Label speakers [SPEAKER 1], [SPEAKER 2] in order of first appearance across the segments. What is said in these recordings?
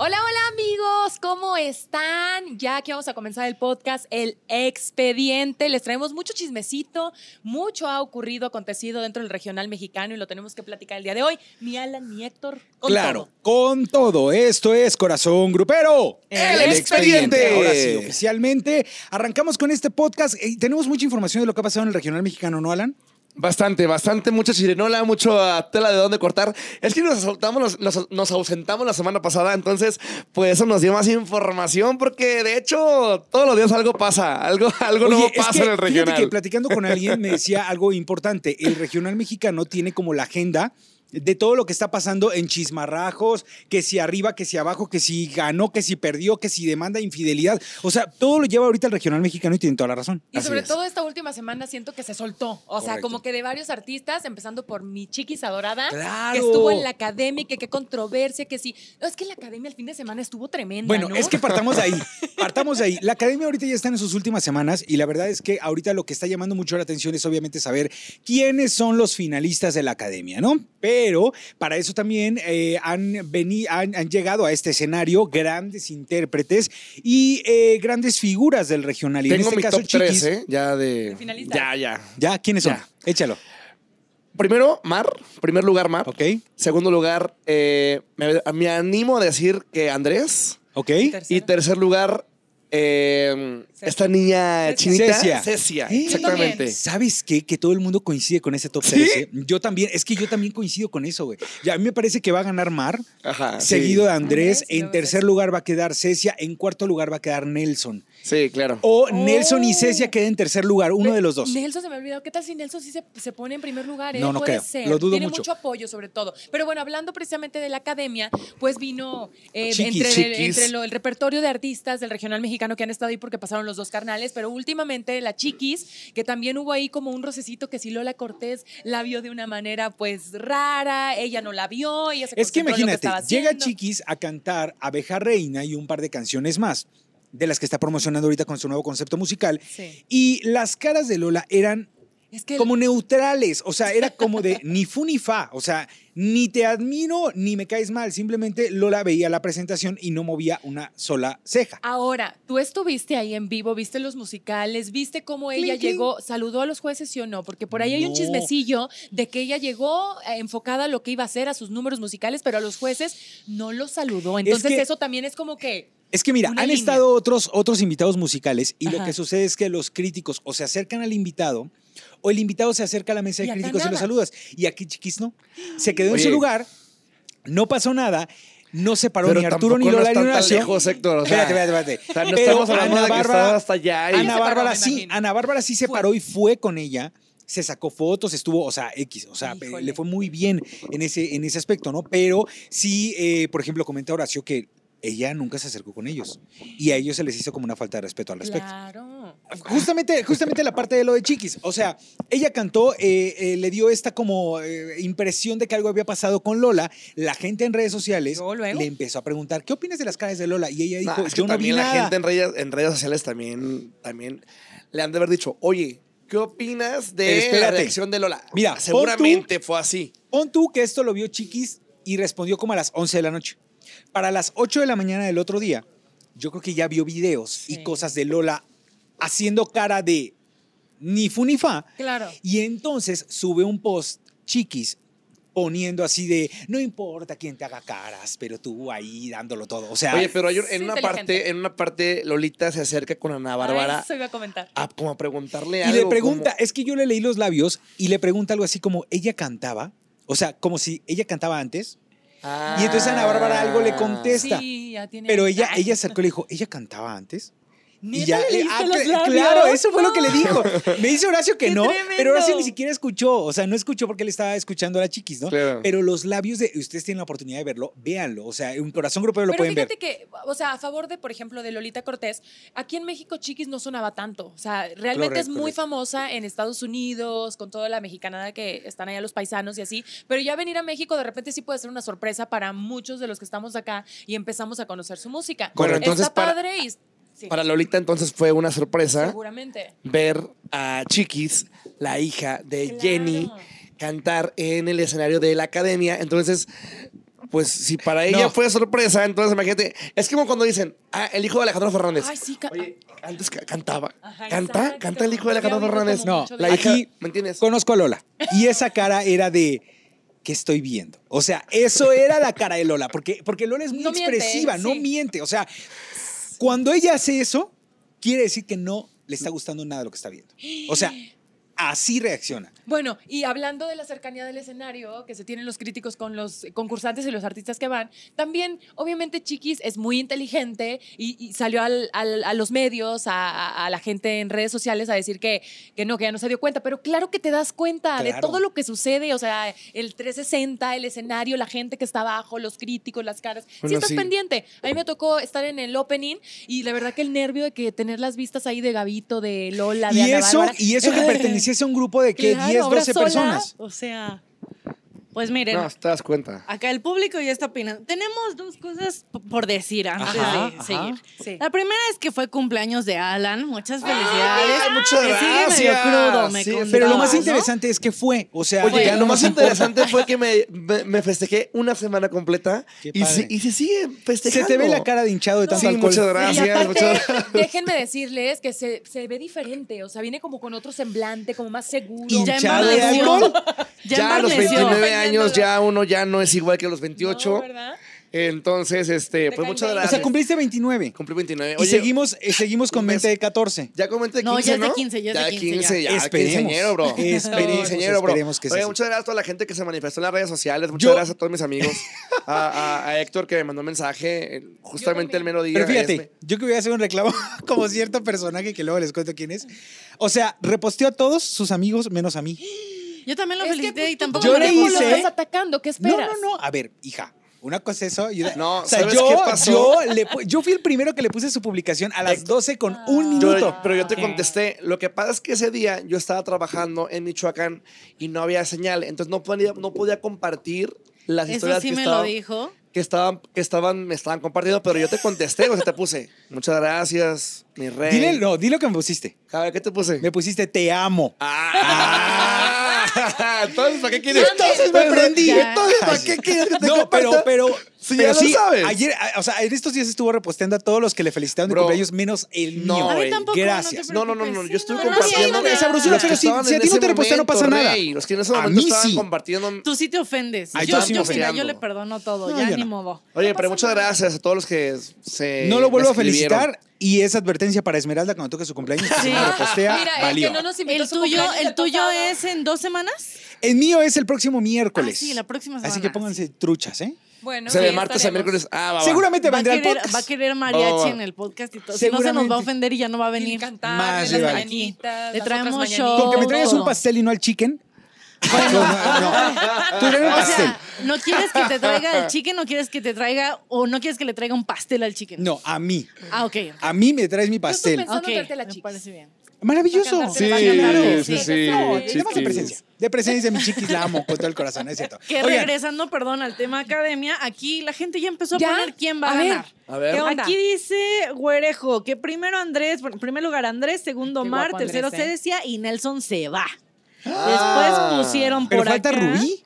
[SPEAKER 1] Hola, hola amigos, ¿cómo están? Ya que vamos a comenzar el podcast El Expediente, les traemos mucho chismecito, mucho ha ocurrido, acontecido dentro del regional mexicano y lo tenemos que platicar el día de hoy. Mi Alan, mi Héctor, con
[SPEAKER 2] claro,
[SPEAKER 1] todo.
[SPEAKER 2] con todo. Esto es Corazón Grupero.
[SPEAKER 1] El
[SPEAKER 2] expediente. Ahora sí, oficialmente arrancamos con este podcast. Eh, tenemos mucha información de lo que ha pasado en el regional mexicano, ¿no, Alan?
[SPEAKER 3] Bastante, bastante, mucha chirenola, mucho ah, tela de dónde cortar. Es que nos, soltamos, nos, nos- nos ausentamos la semana pasada, entonces, pues eso nos dio más información, porque de hecho, todos los días algo pasa, algo, algo
[SPEAKER 2] Oye,
[SPEAKER 3] nuevo
[SPEAKER 2] es
[SPEAKER 3] pasa
[SPEAKER 2] que
[SPEAKER 3] en el
[SPEAKER 2] fíjate
[SPEAKER 3] regional.
[SPEAKER 2] que platicando con alguien me decía algo importante. El regional mexicano tiene como la agenda de todo lo que está pasando en chismarrajos, que si arriba, que si abajo, que si ganó, que si perdió, que si demanda infidelidad. O sea, todo lo lleva ahorita el regional mexicano y tiene toda la razón.
[SPEAKER 1] Y
[SPEAKER 3] Así
[SPEAKER 1] sobre
[SPEAKER 3] es.
[SPEAKER 1] todo esta última semana siento que se soltó. O sea,
[SPEAKER 2] Correcto.
[SPEAKER 1] como que de varios artistas, empezando por mi chiquis adorada,
[SPEAKER 2] Claro.
[SPEAKER 1] que estuvo en la academia, y que qué controversia, que sí. No, es que la academia el fin de semana estuvo tremenda.
[SPEAKER 2] Bueno,
[SPEAKER 1] ¿no?
[SPEAKER 2] es que partamos de ahí. Partamos de ahí. La academia ahorita ya está en sus últimas semanas y la verdad es que ahorita lo que está llamando mucho la atención es obviamente saber quiénes son los finalistas de la academia, ¿no? Pero para eso también eh, han, veni- han, han llegado a este escenario grandes intérpretes y eh, grandes figuras del regional. Y en
[SPEAKER 3] Tengo
[SPEAKER 2] este
[SPEAKER 3] mi
[SPEAKER 2] caso,
[SPEAKER 3] top
[SPEAKER 2] Chiquis.
[SPEAKER 3] 3, ¿eh? Ya de.
[SPEAKER 1] finalistas.
[SPEAKER 3] Ya, ya.
[SPEAKER 2] ¿Ya? ¿Quiénes son?
[SPEAKER 3] Ya.
[SPEAKER 2] Échalo.
[SPEAKER 3] Primero, Mar. Primer lugar, Mar.
[SPEAKER 2] ¿Ok?
[SPEAKER 3] Segundo lugar, eh, me, me animo a decir que Andrés.
[SPEAKER 2] ¿Ok?
[SPEAKER 3] Y tercer lugar, eh,
[SPEAKER 1] Cecia.
[SPEAKER 3] esta niña
[SPEAKER 1] Cecia.
[SPEAKER 3] chinita.
[SPEAKER 2] Cecia.
[SPEAKER 3] Cecia,
[SPEAKER 2] ¿Eh?
[SPEAKER 3] exactamente.
[SPEAKER 2] ¿Sabes qué? Que todo el mundo coincide con ese top
[SPEAKER 3] ¿Sí?
[SPEAKER 2] 3. ¿eh? Yo también, es que yo también coincido con eso, güey. Ya, a mí me parece que va a ganar Mar.
[SPEAKER 3] Ajá. Ah, sí.
[SPEAKER 2] seguido de Andrés.
[SPEAKER 1] Andrés, y
[SPEAKER 2] en
[SPEAKER 1] luego
[SPEAKER 2] tercer
[SPEAKER 1] Cecia.
[SPEAKER 2] lugar va a quedar Cecia. En cuarto lugar va a quedar Nelson.
[SPEAKER 3] Sí, claro.
[SPEAKER 2] O Nelson y
[SPEAKER 1] Oh.
[SPEAKER 2] Cecia queda en tercer lugar, uno de los dos.
[SPEAKER 1] Nelson se me ha olvidado. ¿Qué tal si Nelson sí se, se pone en primer lugar? eh?
[SPEAKER 2] No, no
[SPEAKER 1] Puede
[SPEAKER 2] creo.
[SPEAKER 1] ser.
[SPEAKER 2] Lo dudo
[SPEAKER 1] Tiene
[SPEAKER 2] mucho.
[SPEAKER 1] mucho apoyo, sobre todo. Pero bueno, hablando precisamente de la academia, pues vino eh,
[SPEAKER 2] Chiquis,
[SPEAKER 1] entre,
[SPEAKER 3] chiquis.
[SPEAKER 1] entre lo- el repertorio de artistas del regional mexicano que han estado ahí porque pasaron los dos carnales, pero últimamente la Chiquis, que también hubo ahí como un rocecito que si Lola Cortés la vio de una manera pues rara, ella no la vio, ella se
[SPEAKER 2] Es
[SPEAKER 1] concentró
[SPEAKER 2] que
[SPEAKER 1] en lo
[SPEAKER 2] imagínate,
[SPEAKER 1] estaba
[SPEAKER 2] llega
[SPEAKER 1] haciendo.
[SPEAKER 2] Chiquis a cantar Abeja Reina y un par de canciones más, de las que está promocionando ahorita con su nuevo concepto musical.
[SPEAKER 1] Sí.
[SPEAKER 2] Y las caras de Lola eran
[SPEAKER 1] Es que
[SPEAKER 2] como neutrales, o sea, era como de ni fu ni fa, o sea, ni te admiro ni me caes mal, simplemente Lola veía la presentación y no movía una sola ceja.
[SPEAKER 1] Ahora, tú estuviste ahí en vivo, viste los musicales, viste cómo ella
[SPEAKER 2] Clink, clink.
[SPEAKER 1] llegó, saludó a los jueces, ¿sí o no? Porque por ahí hay un
[SPEAKER 2] No.
[SPEAKER 1] chismecillo de que ella llegó eh, enfocada a lo que iba a hacer, a sus números musicales, pero a los jueces no los saludó. Entonces,
[SPEAKER 2] que-
[SPEAKER 1] eso también es como que.
[SPEAKER 2] Es que mira,
[SPEAKER 1] Una
[SPEAKER 2] han
[SPEAKER 1] línea.
[SPEAKER 2] estado otros, otros invitados musicales y lo
[SPEAKER 1] Ajá.
[SPEAKER 2] que sucede es que los críticos o se acercan al invitado o el invitado se acerca a la mesa
[SPEAKER 1] Y
[SPEAKER 2] de
[SPEAKER 1] acá
[SPEAKER 2] críticos y lo
[SPEAKER 1] nada.
[SPEAKER 2] saludas. Y aquí Chiquis no. Se quedó en su
[SPEAKER 3] Oye.
[SPEAKER 2] lugar, no pasó nada, no se paró
[SPEAKER 3] Pero
[SPEAKER 2] ni Arturo
[SPEAKER 3] tampoco
[SPEAKER 2] ni
[SPEAKER 3] no
[SPEAKER 2] Lola ni
[SPEAKER 3] están tan
[SPEAKER 2] Horacio.
[SPEAKER 3] lejos, Héctor, o sea.
[SPEAKER 2] espérate, espérate, espérate.
[SPEAKER 3] O sea, no
[SPEAKER 2] Pero
[SPEAKER 3] estamos hablando
[SPEAKER 2] Ana
[SPEAKER 3] de que
[SPEAKER 2] Bárbara-
[SPEAKER 3] estaba hasta allá. y-
[SPEAKER 1] Ana
[SPEAKER 2] Ana
[SPEAKER 1] se paró,
[SPEAKER 2] Bárbara
[SPEAKER 1] me
[SPEAKER 2] sí,
[SPEAKER 1] imagino.
[SPEAKER 2] Ana Bárbara sí se
[SPEAKER 1] Fue.
[SPEAKER 2] paró y fue con ella. Se sacó fotos, estuvo, o sea, X, o sea,
[SPEAKER 1] Híjole.
[SPEAKER 2] le fue muy bien en ese, en ese aspecto, ¿no? Pero sí, eh, por ejemplo, comenta Horacio que ella nunca se acercó con ellos y a ellos se les hizo como una falta de respeto al respecto.
[SPEAKER 1] Claro.
[SPEAKER 2] Justamente, justamente la parte de lo de Chiquis, o sea, ella cantó, eh, eh, le dio esta como eh, impresión de que algo había pasado con Lola, la gente en redes sociales
[SPEAKER 1] Luego, luego.
[SPEAKER 2] le empezó a preguntar, ¿qué opinas de las caras de Lola? Y ella
[SPEAKER 3] Nah,
[SPEAKER 2] dijo,
[SPEAKER 3] es que
[SPEAKER 2] yo no vi
[SPEAKER 3] también la
[SPEAKER 2] nada.
[SPEAKER 3] gente en redes, en redes sociales también, también le han de haber dicho, oye, ¿qué opinas
[SPEAKER 2] Pero
[SPEAKER 3] de la
[SPEAKER 2] espérate.
[SPEAKER 3] reacción de Lola?
[SPEAKER 2] Mira, pon
[SPEAKER 3] seguramente fue así.
[SPEAKER 2] Pon tú que esto lo vio Chiquis y respondió como a las 11 de la noche. Para las 8 de la mañana del otro día, yo creo que ya vio videos
[SPEAKER 1] Sí.
[SPEAKER 2] y cosas de Lola haciendo cara de ni fu ni fa.
[SPEAKER 1] Claro.
[SPEAKER 2] Y entonces sube un post Chiquis poniendo así de no importa quién te haga caras, pero tú ahí dándolo todo. O sea,
[SPEAKER 3] Oye, pero hay un-
[SPEAKER 1] Sí,
[SPEAKER 3] en una
[SPEAKER 1] inteligente.
[SPEAKER 3] parte, en una parte, Lolita se acerca con Ana
[SPEAKER 1] Ah,
[SPEAKER 3] Bárbara
[SPEAKER 1] Eso iba a comentar.
[SPEAKER 3] a, como a preguntarle
[SPEAKER 2] y
[SPEAKER 3] algo.
[SPEAKER 2] le pregunta,
[SPEAKER 3] como-
[SPEAKER 2] es que yo le leí los labios y le pregunta algo así como ella cantaba, o sea, como si ella cantaba antes. y entonces Ana Bárbara algo
[SPEAKER 3] "Ah".
[SPEAKER 2] le contesta. esta.
[SPEAKER 1] Sí, ya tiene.
[SPEAKER 2] Pero ella,
[SPEAKER 1] Ay,
[SPEAKER 2] ella sacó y le dijo, ¿ella cantaba antes?
[SPEAKER 1] ¿neta
[SPEAKER 2] ya-
[SPEAKER 1] le leíste
[SPEAKER 2] ah,
[SPEAKER 1] los
[SPEAKER 2] cl-
[SPEAKER 1] labios?
[SPEAKER 2] claro, eso fue lo que le dijo. Me dice Horacio que
[SPEAKER 1] ¡Qué
[SPEAKER 2] no,
[SPEAKER 1] tremendo!
[SPEAKER 2] pero Horacio ni siquiera escuchó. O sea, no escuchó porque le estaba escuchando a la chiquis, ¿no?
[SPEAKER 3] Claro.
[SPEAKER 2] Pero los labios de. Ustedes tienen la oportunidad de verlo, véanlo. O sea, un corazón grupero lo
[SPEAKER 1] Pero
[SPEAKER 2] pueden
[SPEAKER 1] fíjate
[SPEAKER 2] ver.
[SPEAKER 1] que, o sea, a favor de, por ejemplo, de Lolita Cortés, aquí en México Chiquis no sonaba tanto. O sea, realmente es
[SPEAKER 2] Correcto,
[SPEAKER 1] muy
[SPEAKER 2] correcto.
[SPEAKER 1] famosa en Estados Unidos, con toda la mexicanada que están allá los paisanos y así. Pero ya venir a México de repente sí puede ser una sorpresa para muchos de los que estamos acá y empezamos a conocer su música.
[SPEAKER 3] Bueno, entonces
[SPEAKER 1] Está
[SPEAKER 3] para-
[SPEAKER 1] padre y sí,
[SPEAKER 3] Para Lolita entonces fue una sorpresa
[SPEAKER 1] seguramente.
[SPEAKER 3] ver a Chiquis, la hija de
[SPEAKER 1] Claro.
[SPEAKER 3] Jenny, cantar en el escenario de la academia. Entonces, pues si para ella
[SPEAKER 2] No.
[SPEAKER 3] fue sorpresa, entonces imagínate, es como cuando dicen, ah, el hijo de Alejandro Fernández.
[SPEAKER 1] Ay, sí, ca-
[SPEAKER 3] Oye, antes ca- cantaba.
[SPEAKER 1] Ajá,
[SPEAKER 3] canta,
[SPEAKER 1] exacto.
[SPEAKER 3] canta el hijo de Alejandro
[SPEAKER 1] Ya ahorita
[SPEAKER 3] Fernández.
[SPEAKER 1] como
[SPEAKER 2] No,
[SPEAKER 1] mucho de-
[SPEAKER 3] la hija,
[SPEAKER 2] Aquí-
[SPEAKER 3] ¿me entiendes?
[SPEAKER 2] Conozco a Lola. Y esa cara era de. ¿Qué estoy viendo? O sea, eso era la cara de Lola, porque, porque Lola es muy
[SPEAKER 1] No miente,
[SPEAKER 2] expresiva, no
[SPEAKER 1] sí.
[SPEAKER 2] miente. O sea, cuando ella hace eso, quiere decir que no le está gustando nada lo que está viendo. O sea, así reacciona.
[SPEAKER 1] Bueno, y hablando de la cercanía del escenario que se tienen los críticos con los concursantes y los artistas que van, también obviamente Chiquis es muy inteligente y, y salió al- al- a los medios, a, a- a la gente en redes sociales a decir que, que no, que ya no se dio cuenta, pero claro que te das cuenta de
[SPEAKER 2] Claro.
[SPEAKER 1] todo lo que sucede, o sea, el 360, el escenario, la gente que está abajo, los críticos, las caras, si
[SPEAKER 3] Bueno,
[SPEAKER 1] estás
[SPEAKER 3] sí.
[SPEAKER 1] pendiente. A mí me tocó estar en el opening y la verdad que el nervio de que tener las vistas ahí de Gavito, de Lola, de
[SPEAKER 2] Y
[SPEAKER 1] Ana
[SPEAKER 2] eso,
[SPEAKER 1] Bárbara,
[SPEAKER 2] y eso que perteneciese a un grupo de que
[SPEAKER 1] Claro,
[SPEAKER 2] 10,
[SPEAKER 1] ahora
[SPEAKER 2] 12
[SPEAKER 1] sola,
[SPEAKER 2] personas.
[SPEAKER 4] O sea, pues miren,
[SPEAKER 3] No, te das cuenta.
[SPEAKER 4] acá el público ya está opinando. Tenemos dos cosas p- por decir antes
[SPEAKER 2] Ajá,
[SPEAKER 4] de
[SPEAKER 2] ajá.
[SPEAKER 4] seguir.
[SPEAKER 1] Sí.
[SPEAKER 4] La primera es que fue cumpleaños de Alan. Muchas felicidades.
[SPEAKER 3] Ay, muchas
[SPEAKER 4] Que sigue medio
[SPEAKER 3] gracias.
[SPEAKER 4] crudo, me
[SPEAKER 3] Sí,
[SPEAKER 4] contaba,
[SPEAKER 2] Pero lo más
[SPEAKER 4] ¿no?
[SPEAKER 2] interesante es que fue. O sea,
[SPEAKER 3] Oye,
[SPEAKER 2] ya
[SPEAKER 3] lo
[SPEAKER 2] no
[SPEAKER 3] más
[SPEAKER 2] nos importa.
[SPEAKER 3] interesante fue que me, me- me festejé una semana completa
[SPEAKER 2] Qué
[SPEAKER 3] y
[SPEAKER 2] padre.
[SPEAKER 3] se, y se sigue
[SPEAKER 2] Se
[SPEAKER 3] festejando.
[SPEAKER 2] te ve la cara de hinchado de
[SPEAKER 3] Sí,
[SPEAKER 2] tanto alcohol.
[SPEAKER 3] muchas
[SPEAKER 1] Y
[SPEAKER 3] gracias.
[SPEAKER 1] aparte,
[SPEAKER 3] muchas-
[SPEAKER 1] déjenme decirles que se, se ve diferente, o sea, viene como con otro semblante, como más seguro.
[SPEAKER 2] Y
[SPEAKER 4] Ya
[SPEAKER 2] Hinchado de
[SPEAKER 4] embarneció.
[SPEAKER 2] alcohol.
[SPEAKER 4] Ya,
[SPEAKER 3] ya a los
[SPEAKER 4] embarneció.
[SPEAKER 3] 29 años, ya uno ya no es igual que a los 28.
[SPEAKER 1] No, ¿verdad?
[SPEAKER 3] Entonces, este, pues
[SPEAKER 1] caen
[SPEAKER 3] muchas
[SPEAKER 1] veinte.
[SPEAKER 2] O
[SPEAKER 3] gracias.
[SPEAKER 2] sea, cumpliste 29.
[SPEAKER 3] Cumplí 29.
[SPEAKER 2] Y
[SPEAKER 3] Oye,
[SPEAKER 2] seguimos, eh, seguimos con
[SPEAKER 3] un mes.
[SPEAKER 2] 20 de 14.
[SPEAKER 3] Ya comenté 15,
[SPEAKER 4] No,
[SPEAKER 3] ¿no?
[SPEAKER 4] ya es de 15, ya es de 15,
[SPEAKER 3] ya.
[SPEAKER 2] ya. Esperemos.
[SPEAKER 3] quinceañero, bro.
[SPEAKER 2] Esperemos,
[SPEAKER 3] Quinceañero, bro.
[SPEAKER 2] esperemos que sea
[SPEAKER 3] Oye,
[SPEAKER 2] así.
[SPEAKER 3] muchas gracias a toda la gente que se manifestó en las redes sociales. Muchas
[SPEAKER 2] Yo-
[SPEAKER 3] gracias a todos mis amigos. a, a- a Héctor que me mandó un mensaje eh, justamente el
[SPEAKER 1] también.
[SPEAKER 3] mero día.
[SPEAKER 2] Pero
[SPEAKER 3] este.
[SPEAKER 2] fíjate, yo que voy a hacer un reclamo como cierto personaje que luego les cuento quién es. O sea, reposteó a todos sus amigos menos a mí.
[SPEAKER 4] Yo también lo
[SPEAKER 1] Es que,
[SPEAKER 4] felicité y
[SPEAKER 1] pues,
[SPEAKER 4] tampoco
[SPEAKER 2] yo
[SPEAKER 1] ¿cómo
[SPEAKER 4] me
[SPEAKER 2] le
[SPEAKER 1] lo
[SPEAKER 4] acuerdo,
[SPEAKER 2] hice-
[SPEAKER 4] ¿eh?
[SPEAKER 1] estás atacando? ¿Qué
[SPEAKER 2] No,
[SPEAKER 1] esperas? Ah,
[SPEAKER 2] no, no. A ver, hija, una cosa es eso. y una-
[SPEAKER 3] No,
[SPEAKER 2] o sea,
[SPEAKER 3] ¿sabes
[SPEAKER 2] yo,
[SPEAKER 3] qué pasó?
[SPEAKER 2] yo le pu- yo fui el primero que le puse su publicación a las 12 con un
[SPEAKER 3] Yo-
[SPEAKER 2] minuto.
[SPEAKER 3] pero yo te contesté, lo que pasa es que ese día yo estaba trabajando en Michoacán y no había señal, entonces no podía, no podía compartir las
[SPEAKER 4] Eso
[SPEAKER 3] historias
[SPEAKER 4] sí
[SPEAKER 3] que,
[SPEAKER 4] me
[SPEAKER 3] estaban,
[SPEAKER 4] lo dijo.
[SPEAKER 3] que estaban, que estaban, me estaban compartiendo, pero yo te contesté, o sea, te puse, muchas gracias, mi rey.
[SPEAKER 2] Dile, no, di lo que me pusiste.
[SPEAKER 3] A ver, ¿qué te puse?
[SPEAKER 2] Me pusiste te amo.
[SPEAKER 3] Ah, entonces, ¿para qué quieres?
[SPEAKER 2] Entonces me prendí.
[SPEAKER 4] Ya.
[SPEAKER 3] Entonces, ¿para qué quieres que te
[SPEAKER 2] No, pero,
[SPEAKER 3] comparta?
[SPEAKER 2] pero,
[SPEAKER 3] Si
[SPEAKER 2] pero
[SPEAKER 3] ya lo
[SPEAKER 2] sí,
[SPEAKER 3] sabes.
[SPEAKER 2] ayer, a- o sea, en estos días estuvo reposteando a todos los que le felicitaron de
[SPEAKER 3] Bro.
[SPEAKER 2] cumpleaños, menos el
[SPEAKER 3] No,
[SPEAKER 2] mío.
[SPEAKER 4] a mí
[SPEAKER 3] güey,
[SPEAKER 4] tampoco.
[SPEAKER 2] gracias.
[SPEAKER 4] te
[SPEAKER 3] No, no, no, no,
[SPEAKER 4] preocupes.
[SPEAKER 3] yo estoy
[SPEAKER 4] No, no,
[SPEAKER 3] compartiendo.
[SPEAKER 4] no, no,
[SPEAKER 2] esa
[SPEAKER 4] no.
[SPEAKER 2] brusura,
[SPEAKER 3] Los que
[SPEAKER 2] pero si-
[SPEAKER 3] estaban
[SPEAKER 2] si a
[SPEAKER 3] en
[SPEAKER 2] ti no
[SPEAKER 3] ese
[SPEAKER 2] te repostean, no pasa
[SPEAKER 3] momento,
[SPEAKER 2] nada.
[SPEAKER 3] rey, Los que en ese
[SPEAKER 2] A
[SPEAKER 3] momento
[SPEAKER 2] mí
[SPEAKER 3] estaban
[SPEAKER 2] sí.
[SPEAKER 3] compartiendo
[SPEAKER 4] Tú sí te ofendes.
[SPEAKER 2] Ay,
[SPEAKER 4] yo,
[SPEAKER 2] yo sí
[SPEAKER 4] yo,
[SPEAKER 2] me
[SPEAKER 4] mira,
[SPEAKER 3] ofendo.
[SPEAKER 4] yo le perdono todo,
[SPEAKER 2] No,
[SPEAKER 4] ya
[SPEAKER 2] yo
[SPEAKER 4] ni
[SPEAKER 2] no.
[SPEAKER 4] modo.
[SPEAKER 3] Oye,
[SPEAKER 1] No
[SPEAKER 3] pero
[SPEAKER 1] pasa
[SPEAKER 3] muchas
[SPEAKER 1] nada.
[SPEAKER 3] gracias a todos los que se.
[SPEAKER 2] no lo vuelvo
[SPEAKER 3] me
[SPEAKER 2] a
[SPEAKER 3] escribieron.
[SPEAKER 2] felicitar y esa advertencia para Esmeralda cuando toque su cumpleaños, si
[SPEAKER 4] Sí.
[SPEAKER 2] no repostea,
[SPEAKER 1] Mira, el
[SPEAKER 2] valió.
[SPEAKER 1] que no nos invitó a
[SPEAKER 4] El
[SPEAKER 1] su
[SPEAKER 4] tuyo,
[SPEAKER 1] cumpleaños
[SPEAKER 4] el tuyo
[SPEAKER 1] pasado.
[SPEAKER 4] es en dos semanas.
[SPEAKER 2] El mío es el próximo miércoles.
[SPEAKER 4] Ah, sí, la próxima
[SPEAKER 2] Así
[SPEAKER 4] semana,
[SPEAKER 2] que pónganse truchas, ¿eh?
[SPEAKER 1] Bueno,
[SPEAKER 3] O sea, de
[SPEAKER 1] ahí
[SPEAKER 3] martes a
[SPEAKER 1] estaremos.
[SPEAKER 3] miércoles. Ah, va, va.
[SPEAKER 2] Seguramente
[SPEAKER 4] Va a,
[SPEAKER 2] vendrá el
[SPEAKER 4] querer,
[SPEAKER 2] podcast.
[SPEAKER 4] va a querer mariachi
[SPEAKER 3] Va, va.
[SPEAKER 4] en el podcast y todo. Si no se nos va a
[SPEAKER 2] Seguramente.
[SPEAKER 4] ofender y ya no va a
[SPEAKER 1] Y
[SPEAKER 4] venir.
[SPEAKER 1] cantar,
[SPEAKER 2] Más
[SPEAKER 1] las
[SPEAKER 2] llevar.
[SPEAKER 1] mañanitas,
[SPEAKER 4] Le
[SPEAKER 1] las
[SPEAKER 4] traemos
[SPEAKER 1] otras
[SPEAKER 4] show.
[SPEAKER 1] mañanitas.
[SPEAKER 2] Con que me traigas un
[SPEAKER 4] Todo.
[SPEAKER 2] pastel y no al chicken. No, no, no. Tú traes un
[SPEAKER 4] O
[SPEAKER 2] pastel.
[SPEAKER 4] sea, no quieres que te traiga el chicken, no quieres que te traiga, o no quieres que le traiga un pastel al chicken.
[SPEAKER 2] No, a mí.
[SPEAKER 4] Ah, ok.
[SPEAKER 2] A mí me traes mi pastel.
[SPEAKER 1] pensando
[SPEAKER 4] Ok,
[SPEAKER 1] darte la
[SPEAKER 4] me
[SPEAKER 1] chiquis.
[SPEAKER 4] parece bien.
[SPEAKER 2] Maravilloso.
[SPEAKER 1] Para cantarte
[SPEAKER 3] Sí,
[SPEAKER 1] las mañanitas.
[SPEAKER 3] sí, sí,
[SPEAKER 1] claro.
[SPEAKER 2] No, nada más de presencia. De presencia, mi chiquis, la amo con todo el corazón, es cierto.
[SPEAKER 4] Que
[SPEAKER 2] Oigan,
[SPEAKER 4] regresando, perdón, al tema academia, aquí la gente ya empezó a
[SPEAKER 1] ¿Ya?
[SPEAKER 4] poner quién va a,
[SPEAKER 1] A ver.
[SPEAKER 4] ganar.
[SPEAKER 3] A ver. Ah.
[SPEAKER 1] ¿Qué onda?
[SPEAKER 4] Aquí dice Güerejo que primero Andrés, bueno, en primer lugar Andrés, segundo
[SPEAKER 1] Qué
[SPEAKER 4] Mar,
[SPEAKER 1] guapo
[SPEAKER 4] tercero
[SPEAKER 1] Andrés, ¿eh?
[SPEAKER 4] Cedecia y Nelson se va.
[SPEAKER 3] Ah.
[SPEAKER 4] Después pusieron por
[SPEAKER 2] pero falta
[SPEAKER 4] acá.
[SPEAKER 2] Rubí.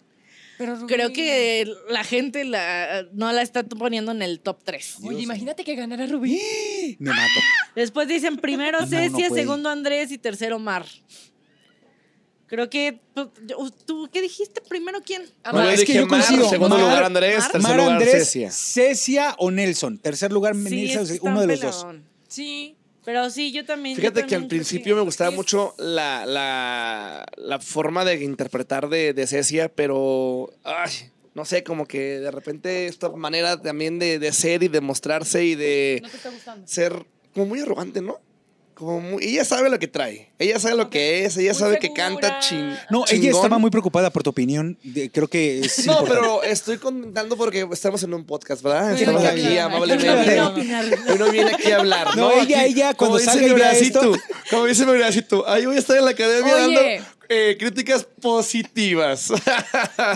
[SPEAKER 1] Pero, Rubí,
[SPEAKER 4] Creo que la gente la- no la está poniendo en el top 3.
[SPEAKER 1] Oye, imagínate que ganara Rubí.
[SPEAKER 2] ¿Eh? Me mato.
[SPEAKER 4] Después dicen primero
[SPEAKER 2] No, no
[SPEAKER 4] Cecia,
[SPEAKER 2] puede.
[SPEAKER 4] segundo Andrés y tercero Mar. Creo que pues, yo- tú qué dijiste primero quién?
[SPEAKER 1] A
[SPEAKER 3] No, yo
[SPEAKER 1] Mar.
[SPEAKER 2] es que
[SPEAKER 3] dije
[SPEAKER 2] yo
[SPEAKER 3] Mar,
[SPEAKER 2] coincido.
[SPEAKER 3] segundo
[SPEAKER 2] Mar-
[SPEAKER 3] lugar Andrés,
[SPEAKER 4] Mar-
[SPEAKER 3] tercer
[SPEAKER 2] Mar
[SPEAKER 3] lugar
[SPEAKER 2] Andrés,
[SPEAKER 3] Cecia.
[SPEAKER 2] Cecia. o Nelson. Tercer lugar, Melissa,
[SPEAKER 4] es que
[SPEAKER 2] uno de los
[SPEAKER 4] están
[SPEAKER 2] dos.
[SPEAKER 4] pelón.
[SPEAKER 1] Sí.
[SPEAKER 4] Pero sí, yo también. yo
[SPEAKER 3] Fíjate que al
[SPEAKER 4] también creo
[SPEAKER 3] principio me gustaba
[SPEAKER 1] es-
[SPEAKER 3] mucho la, la, la forma de interpretar de, de Cecia, pero ay, no sé, como que de repente esta manera también de, de ser y de mostrarse y de
[SPEAKER 1] No te está gustando.
[SPEAKER 3] ser como muy arrogante, ¿no? Como muy, ella sabe lo que trae, ella sabe lo que es, ella
[SPEAKER 1] Muy
[SPEAKER 3] sabe que
[SPEAKER 1] segura.
[SPEAKER 3] canta ching.
[SPEAKER 2] No, ella
[SPEAKER 3] chingón.
[SPEAKER 2] estaba muy preocupada por tu opinión. de- creo que es
[SPEAKER 3] No,
[SPEAKER 2] importante.
[SPEAKER 3] pero estoy contando porque estamos en un podcast, ¿verdad?
[SPEAKER 1] Sí,
[SPEAKER 3] Estamos
[SPEAKER 2] claro.
[SPEAKER 3] aquí
[SPEAKER 2] Hay que
[SPEAKER 3] amablemente.
[SPEAKER 2] hablar.
[SPEAKER 3] Hoy no viene aquí a hablar.
[SPEAKER 2] No, ella,
[SPEAKER 3] Aquí,
[SPEAKER 2] ella, cuando
[SPEAKER 3] como dice
[SPEAKER 2] salga
[SPEAKER 3] mi
[SPEAKER 2] y vea
[SPEAKER 3] bracito, Como dice mi bracito, ahí voy a estar en la academia
[SPEAKER 1] Oye.
[SPEAKER 3] dando eh, críticas positivas.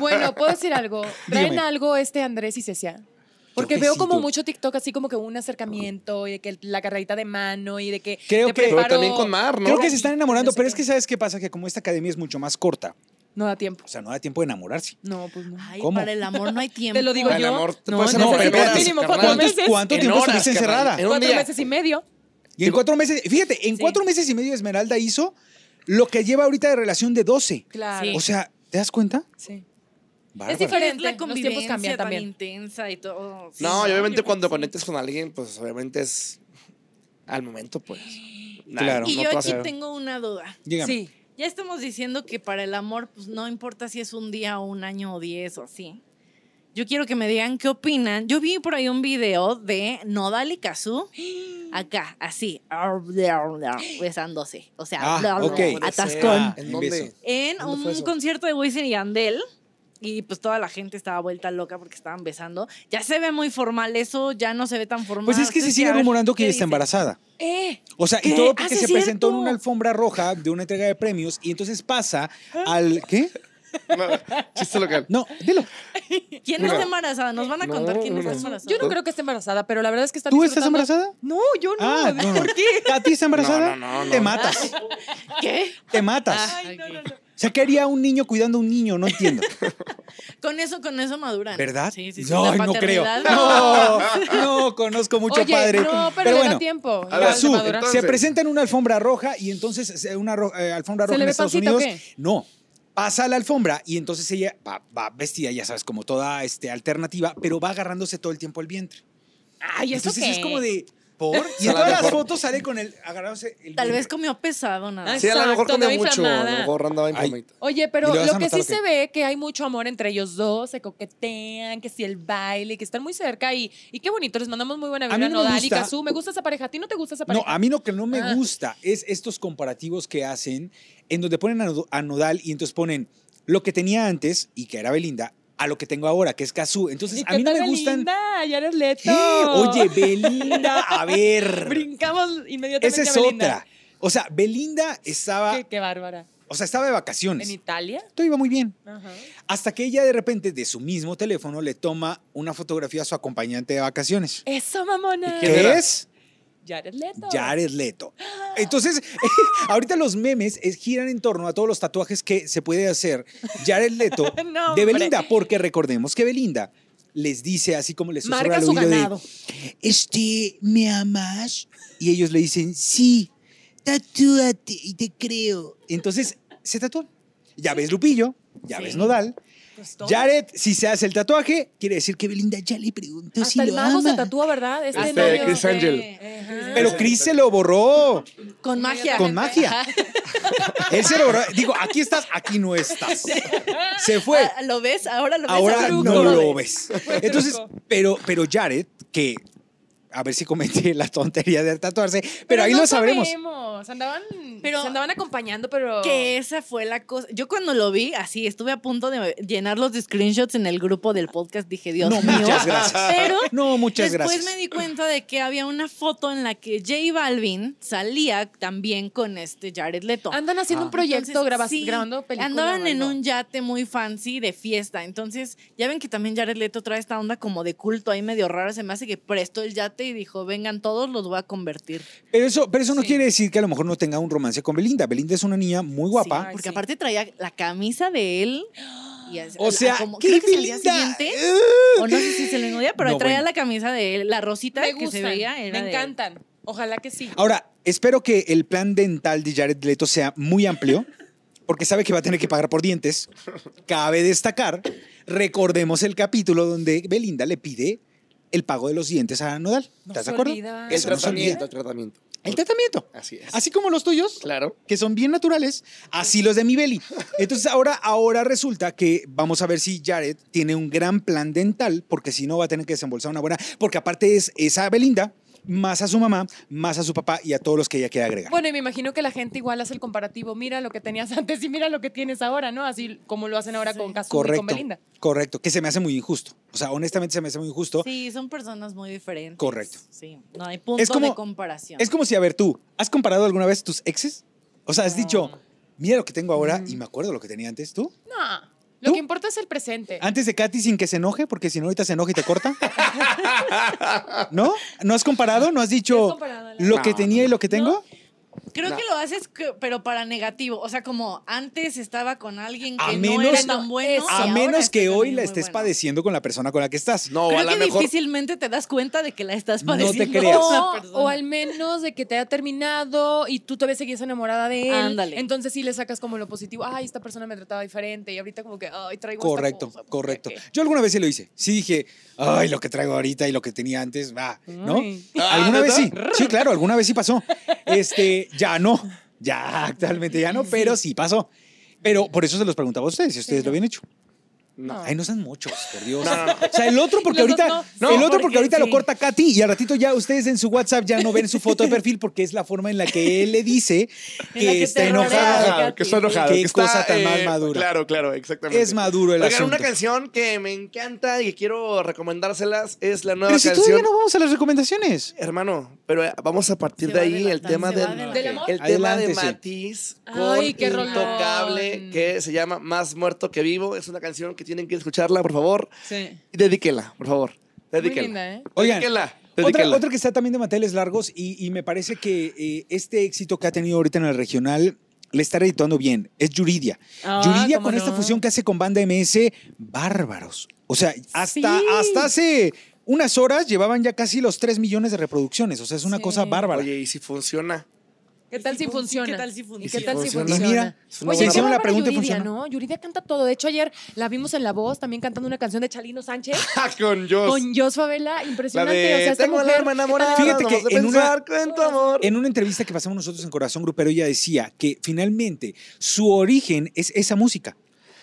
[SPEAKER 1] Bueno, ¿puedo decir algo?
[SPEAKER 2] Dígame.
[SPEAKER 1] ¿Traen algo este Andrés y Cecia? Porque veo
[SPEAKER 2] Toquecito.
[SPEAKER 1] como mucho TikTok así como que un acercamiento y de que la cargadita de mano y de que
[SPEAKER 2] Creo
[SPEAKER 1] te
[SPEAKER 2] que- Pero
[SPEAKER 1] preparo-
[SPEAKER 3] también con Mar, ¿no?
[SPEAKER 2] Creo que se están enamorando,
[SPEAKER 1] No sé
[SPEAKER 2] pero es
[SPEAKER 1] qué.
[SPEAKER 2] que ¿sabes qué pasa? Que como esta academia es mucho más corta,
[SPEAKER 1] No da tiempo.
[SPEAKER 2] O sea, no da tiempo de enamorarse.
[SPEAKER 1] No, pues no.
[SPEAKER 4] Ay,
[SPEAKER 2] ¿Cómo?
[SPEAKER 4] para el amor no hay tiempo.
[SPEAKER 1] Te lo digo
[SPEAKER 3] Para el
[SPEAKER 1] yo.
[SPEAKER 3] amor, te
[SPEAKER 1] no,
[SPEAKER 3] puedes enamorar
[SPEAKER 1] necesitas
[SPEAKER 3] en horas,
[SPEAKER 1] mínimo cuatro
[SPEAKER 3] carnal.
[SPEAKER 2] ¿Cuántos-
[SPEAKER 1] meses.
[SPEAKER 2] ¿Cuánto
[SPEAKER 3] En
[SPEAKER 2] tiempo
[SPEAKER 3] horas,
[SPEAKER 2] estuviste
[SPEAKER 3] carnal,
[SPEAKER 2] encerrada?
[SPEAKER 3] en un
[SPEAKER 1] Cuatro
[SPEAKER 3] día.
[SPEAKER 1] meses y medio.
[SPEAKER 2] Y en cuatro meses, fíjate, en
[SPEAKER 1] Sí.
[SPEAKER 2] cuatro meses y medio Esmeralda hizo lo que lleva ahorita de relación de 12.
[SPEAKER 1] Claro.
[SPEAKER 2] O sea, ¿te das cuenta?
[SPEAKER 1] Sí.
[SPEAKER 2] Bárbara.
[SPEAKER 1] diferente.
[SPEAKER 4] la
[SPEAKER 1] Los tiempos
[SPEAKER 4] convivencia
[SPEAKER 1] cambian
[SPEAKER 4] tan
[SPEAKER 1] también.
[SPEAKER 4] intensa y todo. sí,
[SPEAKER 3] No, y obviamente
[SPEAKER 4] yo
[SPEAKER 3] cuando
[SPEAKER 4] creo que sí.
[SPEAKER 3] conectes con alguien, pues obviamente es al momento, pues. Nah,
[SPEAKER 2] Claro.
[SPEAKER 4] Y
[SPEAKER 3] no
[SPEAKER 4] yo
[SPEAKER 3] te vas
[SPEAKER 4] aquí
[SPEAKER 3] a-
[SPEAKER 4] tengo una duda.
[SPEAKER 2] Dígame.
[SPEAKER 1] Sí.
[SPEAKER 4] Ya estamos diciendo que para el amor pues, no importa si es un día o un año o diez o así. Yo quiero que me digan qué opinan. Yo vi por ahí un video de Nodal y Kazú acá, así, besándose. O sea,
[SPEAKER 2] Ah, ok.
[SPEAKER 4] atascón.
[SPEAKER 2] Ah,
[SPEAKER 3] ¿En dónde?
[SPEAKER 2] beso.
[SPEAKER 4] En
[SPEAKER 3] ¿Dónde fue
[SPEAKER 4] un
[SPEAKER 3] eso?
[SPEAKER 4] concierto de Wisin y Yandel. Y pues toda la gente estaba vuelta loca porque estaban besando. Ya se ve muy formal eso, ya no se ve tan formal.
[SPEAKER 2] Pues es que se
[SPEAKER 4] Entonces,
[SPEAKER 2] sigue
[SPEAKER 4] a ver,
[SPEAKER 2] rumorando que
[SPEAKER 4] ¿qué
[SPEAKER 2] ella está
[SPEAKER 4] dicen?
[SPEAKER 2] embarazada.
[SPEAKER 1] Eh,
[SPEAKER 2] O sea, y
[SPEAKER 4] ¿Qué?
[SPEAKER 2] todo porque
[SPEAKER 4] Ah, sí
[SPEAKER 2] se
[SPEAKER 4] es cierto.
[SPEAKER 2] presentó en una alfombra roja de una entrega de premios y entonces pasa
[SPEAKER 4] ¿Eh?
[SPEAKER 2] al. ¿Qué?
[SPEAKER 3] No, chiste local.
[SPEAKER 2] No, dilo.
[SPEAKER 4] ¿Quién
[SPEAKER 3] Mira.
[SPEAKER 4] está embarazada? Nos van a contar
[SPEAKER 3] No,
[SPEAKER 4] quién está
[SPEAKER 3] no.
[SPEAKER 4] embarazada.
[SPEAKER 1] yo no creo que esté embarazada, pero la verdad es que está
[SPEAKER 2] ¿Tú estás
[SPEAKER 1] disfrutando-
[SPEAKER 2] embarazada?
[SPEAKER 1] No, yo no.
[SPEAKER 2] Ah, no, no. ¿Katy está embarazada?
[SPEAKER 3] No, no, no,
[SPEAKER 2] Te
[SPEAKER 3] no.
[SPEAKER 2] matas,
[SPEAKER 4] ¿Qué?
[SPEAKER 2] te matas.
[SPEAKER 4] Ay, no, no, no.
[SPEAKER 2] O sea, ¿qué haría un niño cuidando a un niño? No entiendo.
[SPEAKER 4] Con eso, con eso maduran.
[SPEAKER 2] ¿Verdad?
[SPEAKER 4] Sí, sí, sí.
[SPEAKER 2] No,
[SPEAKER 4] La
[SPEAKER 2] ay, no creo.
[SPEAKER 4] paternidad,
[SPEAKER 2] No, no, conozco mucho
[SPEAKER 1] Oye,
[SPEAKER 2] padre.
[SPEAKER 1] No, pero, le da tiempo.
[SPEAKER 3] A
[SPEAKER 1] Igual
[SPEAKER 3] ver,
[SPEAKER 1] se
[SPEAKER 2] Gazú,
[SPEAKER 3] su-
[SPEAKER 1] madura.
[SPEAKER 3] entonces-
[SPEAKER 2] se presenta en una alfombra roja y entonces se- una ro- eh, alfombra
[SPEAKER 1] ¿Se
[SPEAKER 2] roja
[SPEAKER 1] le
[SPEAKER 2] en
[SPEAKER 1] ve
[SPEAKER 2] Estados
[SPEAKER 1] pancita o
[SPEAKER 2] Unidos.
[SPEAKER 1] qué?
[SPEAKER 2] No. Pasa a la alfombra y entonces ella va, va vestida, ya sabes, como toda este, alternativa, pero va agarrándose todo el tiempo el vientre.
[SPEAKER 1] Ay, ¿eso
[SPEAKER 2] entonces
[SPEAKER 1] qué?
[SPEAKER 2] es como de. ¿Por? Y en
[SPEAKER 3] A lo
[SPEAKER 2] todas las
[SPEAKER 3] mejor-
[SPEAKER 2] fotos sale con el agarrándose el
[SPEAKER 4] Tal vez
[SPEAKER 2] vientre.
[SPEAKER 4] comió pesado, nada. más.
[SPEAKER 3] Sí, a lo mejor
[SPEAKER 1] Exacto,
[SPEAKER 3] comió
[SPEAKER 1] andaba
[SPEAKER 3] mucho. A lo
[SPEAKER 1] inflamada.
[SPEAKER 3] mejor andaba
[SPEAKER 2] Ay.
[SPEAKER 3] inflamita.
[SPEAKER 1] Oye,
[SPEAKER 2] Y
[SPEAKER 1] pero
[SPEAKER 2] le vas
[SPEAKER 1] lo
[SPEAKER 2] a
[SPEAKER 1] que
[SPEAKER 2] notar,
[SPEAKER 1] sí
[SPEAKER 2] ¿o qué?
[SPEAKER 1] se ve que hay mucho amor entre ellos dos, se coquetean, que si el baile, que están muy cerca y, y qué bonito, les mandamos muy buena
[SPEAKER 2] mí
[SPEAKER 1] vibra
[SPEAKER 2] no me
[SPEAKER 1] Nodal y
[SPEAKER 2] gusta-
[SPEAKER 1] Cazú. Me gusta esa pareja, ¿a ti no te gusta esa
[SPEAKER 2] No,
[SPEAKER 1] pareja?
[SPEAKER 2] a mí lo que no me
[SPEAKER 1] Ah.
[SPEAKER 2] gusta es estos comparativos que hacen en donde ponen a Nod- a Nodal y entonces ponen lo que tenía antes y que era Belinda a lo que tengo ahora, que es Cazú. Entonces,
[SPEAKER 1] ¿Y
[SPEAKER 2] a
[SPEAKER 1] qué
[SPEAKER 2] mí no
[SPEAKER 1] tal,
[SPEAKER 2] me gustan.
[SPEAKER 1] Belinda? ya eres leto.
[SPEAKER 2] ¡Eh! Oye, Belinda, a ver.
[SPEAKER 1] brincamos inmediatamente
[SPEAKER 2] Esa es
[SPEAKER 1] a Belinda.
[SPEAKER 2] otra. O sea, Belinda estaba,
[SPEAKER 1] Qué, qué bárbara.
[SPEAKER 2] o sea, estaba de
[SPEAKER 1] ¿En
[SPEAKER 2] vacaciones.
[SPEAKER 1] Italia?
[SPEAKER 2] Todo iba muy bien.
[SPEAKER 1] Ajá.
[SPEAKER 2] Hasta que ella de repente de su mismo teléfono le toma una fotografía a su acompañante de vacaciones.
[SPEAKER 1] Eso, mamona.
[SPEAKER 3] ¿Y quién
[SPEAKER 2] ¿Qué
[SPEAKER 3] era?
[SPEAKER 2] es?
[SPEAKER 1] Jared Leto.
[SPEAKER 2] Jared Leto. Entonces, ahorita los memes es- giran en torno a todos los tatuajes que se puede hacer Jared Leto
[SPEAKER 1] No,
[SPEAKER 2] de
[SPEAKER 1] hombre.
[SPEAKER 2] Belinda, porque recordemos que Belinda les dice así como les susurra
[SPEAKER 1] Marca
[SPEAKER 2] al
[SPEAKER 1] su
[SPEAKER 2] oído de,
[SPEAKER 1] ganado.
[SPEAKER 2] este, ¿me amas? Y ellos le dicen, sí, tatúate y te creo. Entonces, se tatúan. Ya ves Lupillo, ya
[SPEAKER 1] Sí.
[SPEAKER 2] ves Nodal.
[SPEAKER 1] Pues todo.
[SPEAKER 2] Jared, si se hace el tatuaje, quiere decir que Belinda ya le preguntó si
[SPEAKER 1] Hasta el
[SPEAKER 2] lo
[SPEAKER 1] mago se
[SPEAKER 2] ama.
[SPEAKER 1] tatúa, ¿verdad? Este,
[SPEAKER 3] Este,
[SPEAKER 1] novio
[SPEAKER 3] Chris
[SPEAKER 1] de-
[SPEAKER 3] Angel.
[SPEAKER 1] Ajá.
[SPEAKER 2] Pero Chris se lo borró.
[SPEAKER 4] Con magia.
[SPEAKER 2] Con magia. Él se lo borró. Digo, aquí estás, aquí no estás. Se fue.
[SPEAKER 4] Ah, ¿Lo ves? Ahora lo ves.
[SPEAKER 2] Ahora
[SPEAKER 1] truco,
[SPEAKER 2] no
[SPEAKER 1] lo
[SPEAKER 2] lo
[SPEAKER 1] ves.
[SPEAKER 2] ves.
[SPEAKER 1] Fue
[SPEAKER 2] Entonces,
[SPEAKER 1] truco.
[SPEAKER 2] pero, pero Jared, que a ver si cometí la tontería de tatuarse, pero, ahí
[SPEAKER 1] no
[SPEAKER 2] lo sabremos.
[SPEAKER 1] sabemos. Andaban,
[SPEAKER 4] Pero-
[SPEAKER 1] se andaban acompañando, pero.
[SPEAKER 4] Que esa fue la cosa. Yo cuando lo vi, así, estuve a punto de llenar los screenshots en el grupo del podcast. Dije, Dios
[SPEAKER 2] No,
[SPEAKER 4] mío.
[SPEAKER 2] muchas gracias.
[SPEAKER 4] Pero
[SPEAKER 2] No, muchas
[SPEAKER 4] Después
[SPEAKER 2] gracias.
[SPEAKER 4] me di cuenta de que había una foto en la que J Balvin salía también con este Jared Leto.
[SPEAKER 1] Andan haciendo un proyecto,
[SPEAKER 4] Entonces,
[SPEAKER 1] grabas-
[SPEAKER 4] sí,
[SPEAKER 1] grabando películas.
[SPEAKER 4] Andaban en un yate muy fancy de fiesta. Entonces, ya ven que también Jared Leto trae esta onda como de culto ahí medio rara. Se me hace que prestó el yate y dijo, vengan todos, los voy a convertir.
[SPEAKER 2] Pero eso, pero eso no
[SPEAKER 1] Sí.
[SPEAKER 2] quiere decir que a lo mejor no tenga un romance con Belinda. Belinda es una niña muy guapa.
[SPEAKER 1] Ay,
[SPEAKER 4] Sí,
[SPEAKER 1] sí.
[SPEAKER 4] porque aparte traía la camisa de él. y así-
[SPEAKER 2] O sea,
[SPEAKER 4] como-
[SPEAKER 2] ¿qué
[SPEAKER 4] creo que es el día
[SPEAKER 2] Belinda?
[SPEAKER 4] siguiente.
[SPEAKER 2] Eh.
[SPEAKER 4] O no sé si es el mismo día, pero
[SPEAKER 2] No,
[SPEAKER 4] traía
[SPEAKER 2] bueno.
[SPEAKER 4] la camisa de él, la rosita
[SPEAKER 1] Me
[SPEAKER 4] que se
[SPEAKER 1] gustan,
[SPEAKER 4] veía.
[SPEAKER 1] me
[SPEAKER 4] era de él.
[SPEAKER 1] encantan. Ojalá que sí.
[SPEAKER 2] Ahora, espero que el plan dental de Jared Leto sea muy amplio, porque sabe que va a tener que pagar por dientes. Cabe destacar, recordemos el capítulo donde Belinda le pide el pago de los dientes a Nodal.
[SPEAKER 1] No
[SPEAKER 2] ¿Estás
[SPEAKER 1] se
[SPEAKER 2] de acuerdo?
[SPEAKER 1] olvida.
[SPEAKER 3] El
[SPEAKER 2] Eso no se
[SPEAKER 3] tratamiento,
[SPEAKER 2] olvida.
[SPEAKER 3] el tratamiento.
[SPEAKER 2] El tratamiento.
[SPEAKER 3] Así es.
[SPEAKER 2] Así como los tuyos,
[SPEAKER 3] Claro.
[SPEAKER 2] que son bien naturales, así los de mi Beli. Entonces ahora, ahora resulta que vamos a ver si Jared tiene un gran plan dental, porque si no va a tener que desembolsar una buena, porque aparte es esa Belinda, más a su mamá, más a su papá y a todos los que ella quiera agregar.
[SPEAKER 1] Bueno, y me imagino que la gente igual hace el comparativo. Mira lo que tenías antes y mira lo que tienes ahora, ¿no? Así como lo hacen ahora
[SPEAKER 4] Sí.
[SPEAKER 1] con Casu y
[SPEAKER 2] correcto,
[SPEAKER 1] con Belinda.
[SPEAKER 2] correcto, que se me hace muy injusto. O sea, honestamente se me hace muy injusto.
[SPEAKER 4] Sí, son personas muy diferentes.
[SPEAKER 2] Correcto.
[SPEAKER 4] Sí, no hay punto
[SPEAKER 2] Es como-
[SPEAKER 4] de comparación.
[SPEAKER 2] Es como si, a ver, tú, ¿has comparado alguna vez tus exes? O sea, has dicho, mira lo que tengo ahora y me acuerdo lo que tenía antes, ¿tú?
[SPEAKER 1] No. Lo
[SPEAKER 2] ¿Tú? Ah,
[SPEAKER 1] que importa es el presente.
[SPEAKER 2] Antes de Katy sin que se enoje, porque si no ahorita se enoja y te corta. ¿No? ¿No has comparado? ¿No has
[SPEAKER 1] ¿Has
[SPEAKER 2] dicho
[SPEAKER 1] comparado, Alan?
[SPEAKER 2] lo que
[SPEAKER 3] No,
[SPEAKER 2] tenía y lo que tengo?
[SPEAKER 4] Creo
[SPEAKER 3] No.
[SPEAKER 4] que lo haces, que- pero para negativo. O sea, como antes estaba con alguien que
[SPEAKER 2] A
[SPEAKER 4] no
[SPEAKER 2] menos-
[SPEAKER 4] era tan bueno.
[SPEAKER 1] eso.
[SPEAKER 4] y
[SPEAKER 2] A
[SPEAKER 4] ahora
[SPEAKER 2] menos
[SPEAKER 4] está
[SPEAKER 2] que
[SPEAKER 4] con
[SPEAKER 2] hoy
[SPEAKER 4] alguien
[SPEAKER 2] la
[SPEAKER 4] muy
[SPEAKER 2] estés
[SPEAKER 4] bueno.
[SPEAKER 2] padeciendo con la persona con la que estás.
[SPEAKER 3] No, a
[SPEAKER 4] Creo
[SPEAKER 3] lo
[SPEAKER 4] que
[SPEAKER 3] mejor.
[SPEAKER 4] difícilmente te das cuenta de que la estás
[SPEAKER 2] No te
[SPEAKER 4] padeciendo.
[SPEAKER 2] creas.
[SPEAKER 4] a
[SPEAKER 1] No,
[SPEAKER 4] esa persona.
[SPEAKER 1] o al menos de que te haya terminado y tú todavía seguías enamorada de él.
[SPEAKER 4] Ándale.
[SPEAKER 1] Entonces sí le sacas como lo positivo. Ay, esta persona me trataba diferente. Y ahorita como que, ay, traigo esta
[SPEAKER 2] Correcto,
[SPEAKER 1] cosa, porque
[SPEAKER 2] correcto.
[SPEAKER 1] qué".
[SPEAKER 2] Yo alguna vez sí lo hice. Sí dije, ay, lo que traigo ahorita y lo que tenía antes, va, ¿no?
[SPEAKER 1] Ay.
[SPEAKER 3] Ah,
[SPEAKER 2] Alguna vez
[SPEAKER 3] ¿neta?
[SPEAKER 2] sí. Sí, claro, alguna vez sí pasó. Este, ya no. Ya, actualmente ya no, pero sí pasó. Pero por eso se los preguntaba a ustedes, si ustedes lo habían hecho.
[SPEAKER 1] No.
[SPEAKER 2] Ay, no sean muchos, por Dios.
[SPEAKER 3] No, no, no.
[SPEAKER 2] O sea, el otro porque
[SPEAKER 1] Los dos
[SPEAKER 2] ahorita,
[SPEAKER 1] no.
[SPEAKER 2] el
[SPEAKER 1] No,
[SPEAKER 2] otro porque
[SPEAKER 1] porque
[SPEAKER 2] ahorita lo
[SPEAKER 1] sí.
[SPEAKER 2] corta Katy y al ratito ya ustedes en su WhatsApp ya no ven su foto de perfil porque es la forma en la que él le dice
[SPEAKER 4] En la
[SPEAKER 2] que
[SPEAKER 4] que
[SPEAKER 2] está
[SPEAKER 4] te rodea,
[SPEAKER 2] enojada.
[SPEAKER 3] Ajá, que está enojado.
[SPEAKER 2] Qué
[SPEAKER 3] que está,
[SPEAKER 2] cosa tan mal madura.
[SPEAKER 3] Claro, claro, exactamente.
[SPEAKER 2] Es maduro el
[SPEAKER 3] Oigan,
[SPEAKER 2] asunto.
[SPEAKER 3] una canción que me encanta y que quiero recomendárselas es la nueva
[SPEAKER 2] Pero si
[SPEAKER 3] canción.
[SPEAKER 2] todavía no vamos a las recomendaciones.
[SPEAKER 3] Hermano, pero eh, vamos a partir
[SPEAKER 4] Se
[SPEAKER 3] de
[SPEAKER 4] va
[SPEAKER 3] ahí el
[SPEAKER 4] adelantando,
[SPEAKER 3] tema, de,
[SPEAKER 4] se va adelantando.
[SPEAKER 1] ¿Del amor?
[SPEAKER 3] el tema de
[SPEAKER 2] Adelántese.
[SPEAKER 3] Matiz con
[SPEAKER 1] Ay, qué rolón.
[SPEAKER 3] Intocable que se llama Más Muerto que Vivo. Es una canción que tienen que escucharla, por favor.
[SPEAKER 1] Sí.
[SPEAKER 3] Y Dedíquela, por favor.
[SPEAKER 1] Muy
[SPEAKER 3] Dedíquela.
[SPEAKER 1] linda, ¿eh?
[SPEAKER 2] Oigan,
[SPEAKER 3] Dedíquela,
[SPEAKER 2] Otra,
[SPEAKER 3] dedíquela.
[SPEAKER 2] otra que está también de Mateles Largos y, y me parece que eh, este éxito que ha tenido ahorita en el regional le está editando bien. Es Yuridia.
[SPEAKER 1] Ah,
[SPEAKER 2] Yuridia
[SPEAKER 1] ¿cómo
[SPEAKER 2] con esta
[SPEAKER 1] no?
[SPEAKER 2] fusión que hace con Banda MS, bárbaros. O sea, hasta,
[SPEAKER 1] Sí.
[SPEAKER 2] hasta hace unas horas llevaban ya casi los 3 millones de reproducciones. O sea, es una
[SPEAKER 1] Sí.
[SPEAKER 2] cosa bárbara.
[SPEAKER 3] Oye, y si funciona.
[SPEAKER 1] ¿Qué tal si
[SPEAKER 4] fun-
[SPEAKER 1] funciona?
[SPEAKER 4] ¿Qué tal si
[SPEAKER 1] ¿Y
[SPEAKER 4] funciona?
[SPEAKER 1] qué tal si
[SPEAKER 3] funciona?
[SPEAKER 1] funciona?
[SPEAKER 2] Mira,
[SPEAKER 3] es una
[SPEAKER 1] Oye,
[SPEAKER 2] buena
[SPEAKER 1] qué
[SPEAKER 2] hicieron la
[SPEAKER 1] bárbara
[SPEAKER 2] pregunta y
[SPEAKER 1] Yuridia,
[SPEAKER 2] funcionó.
[SPEAKER 1] ¿no? Yuridia canta todo. De hecho, ayer la vimos en La Voz también cantando una canción de Chalino Sánchez
[SPEAKER 3] ¡Ja, Ah, con Jos!
[SPEAKER 1] con Jos Favela.
[SPEAKER 3] La
[SPEAKER 1] Impresionante.
[SPEAKER 3] de
[SPEAKER 1] o sea, esta
[SPEAKER 3] Tengo
[SPEAKER 1] mujer,
[SPEAKER 3] la alma enamorada.
[SPEAKER 2] Fíjate
[SPEAKER 3] no
[SPEAKER 2] que
[SPEAKER 3] más de
[SPEAKER 2] en una-
[SPEAKER 3] pensar en tu amor.
[SPEAKER 2] En una entrevista que pasamos nosotros en Corazón Grupero, ella decía que finalmente su origen es esa música.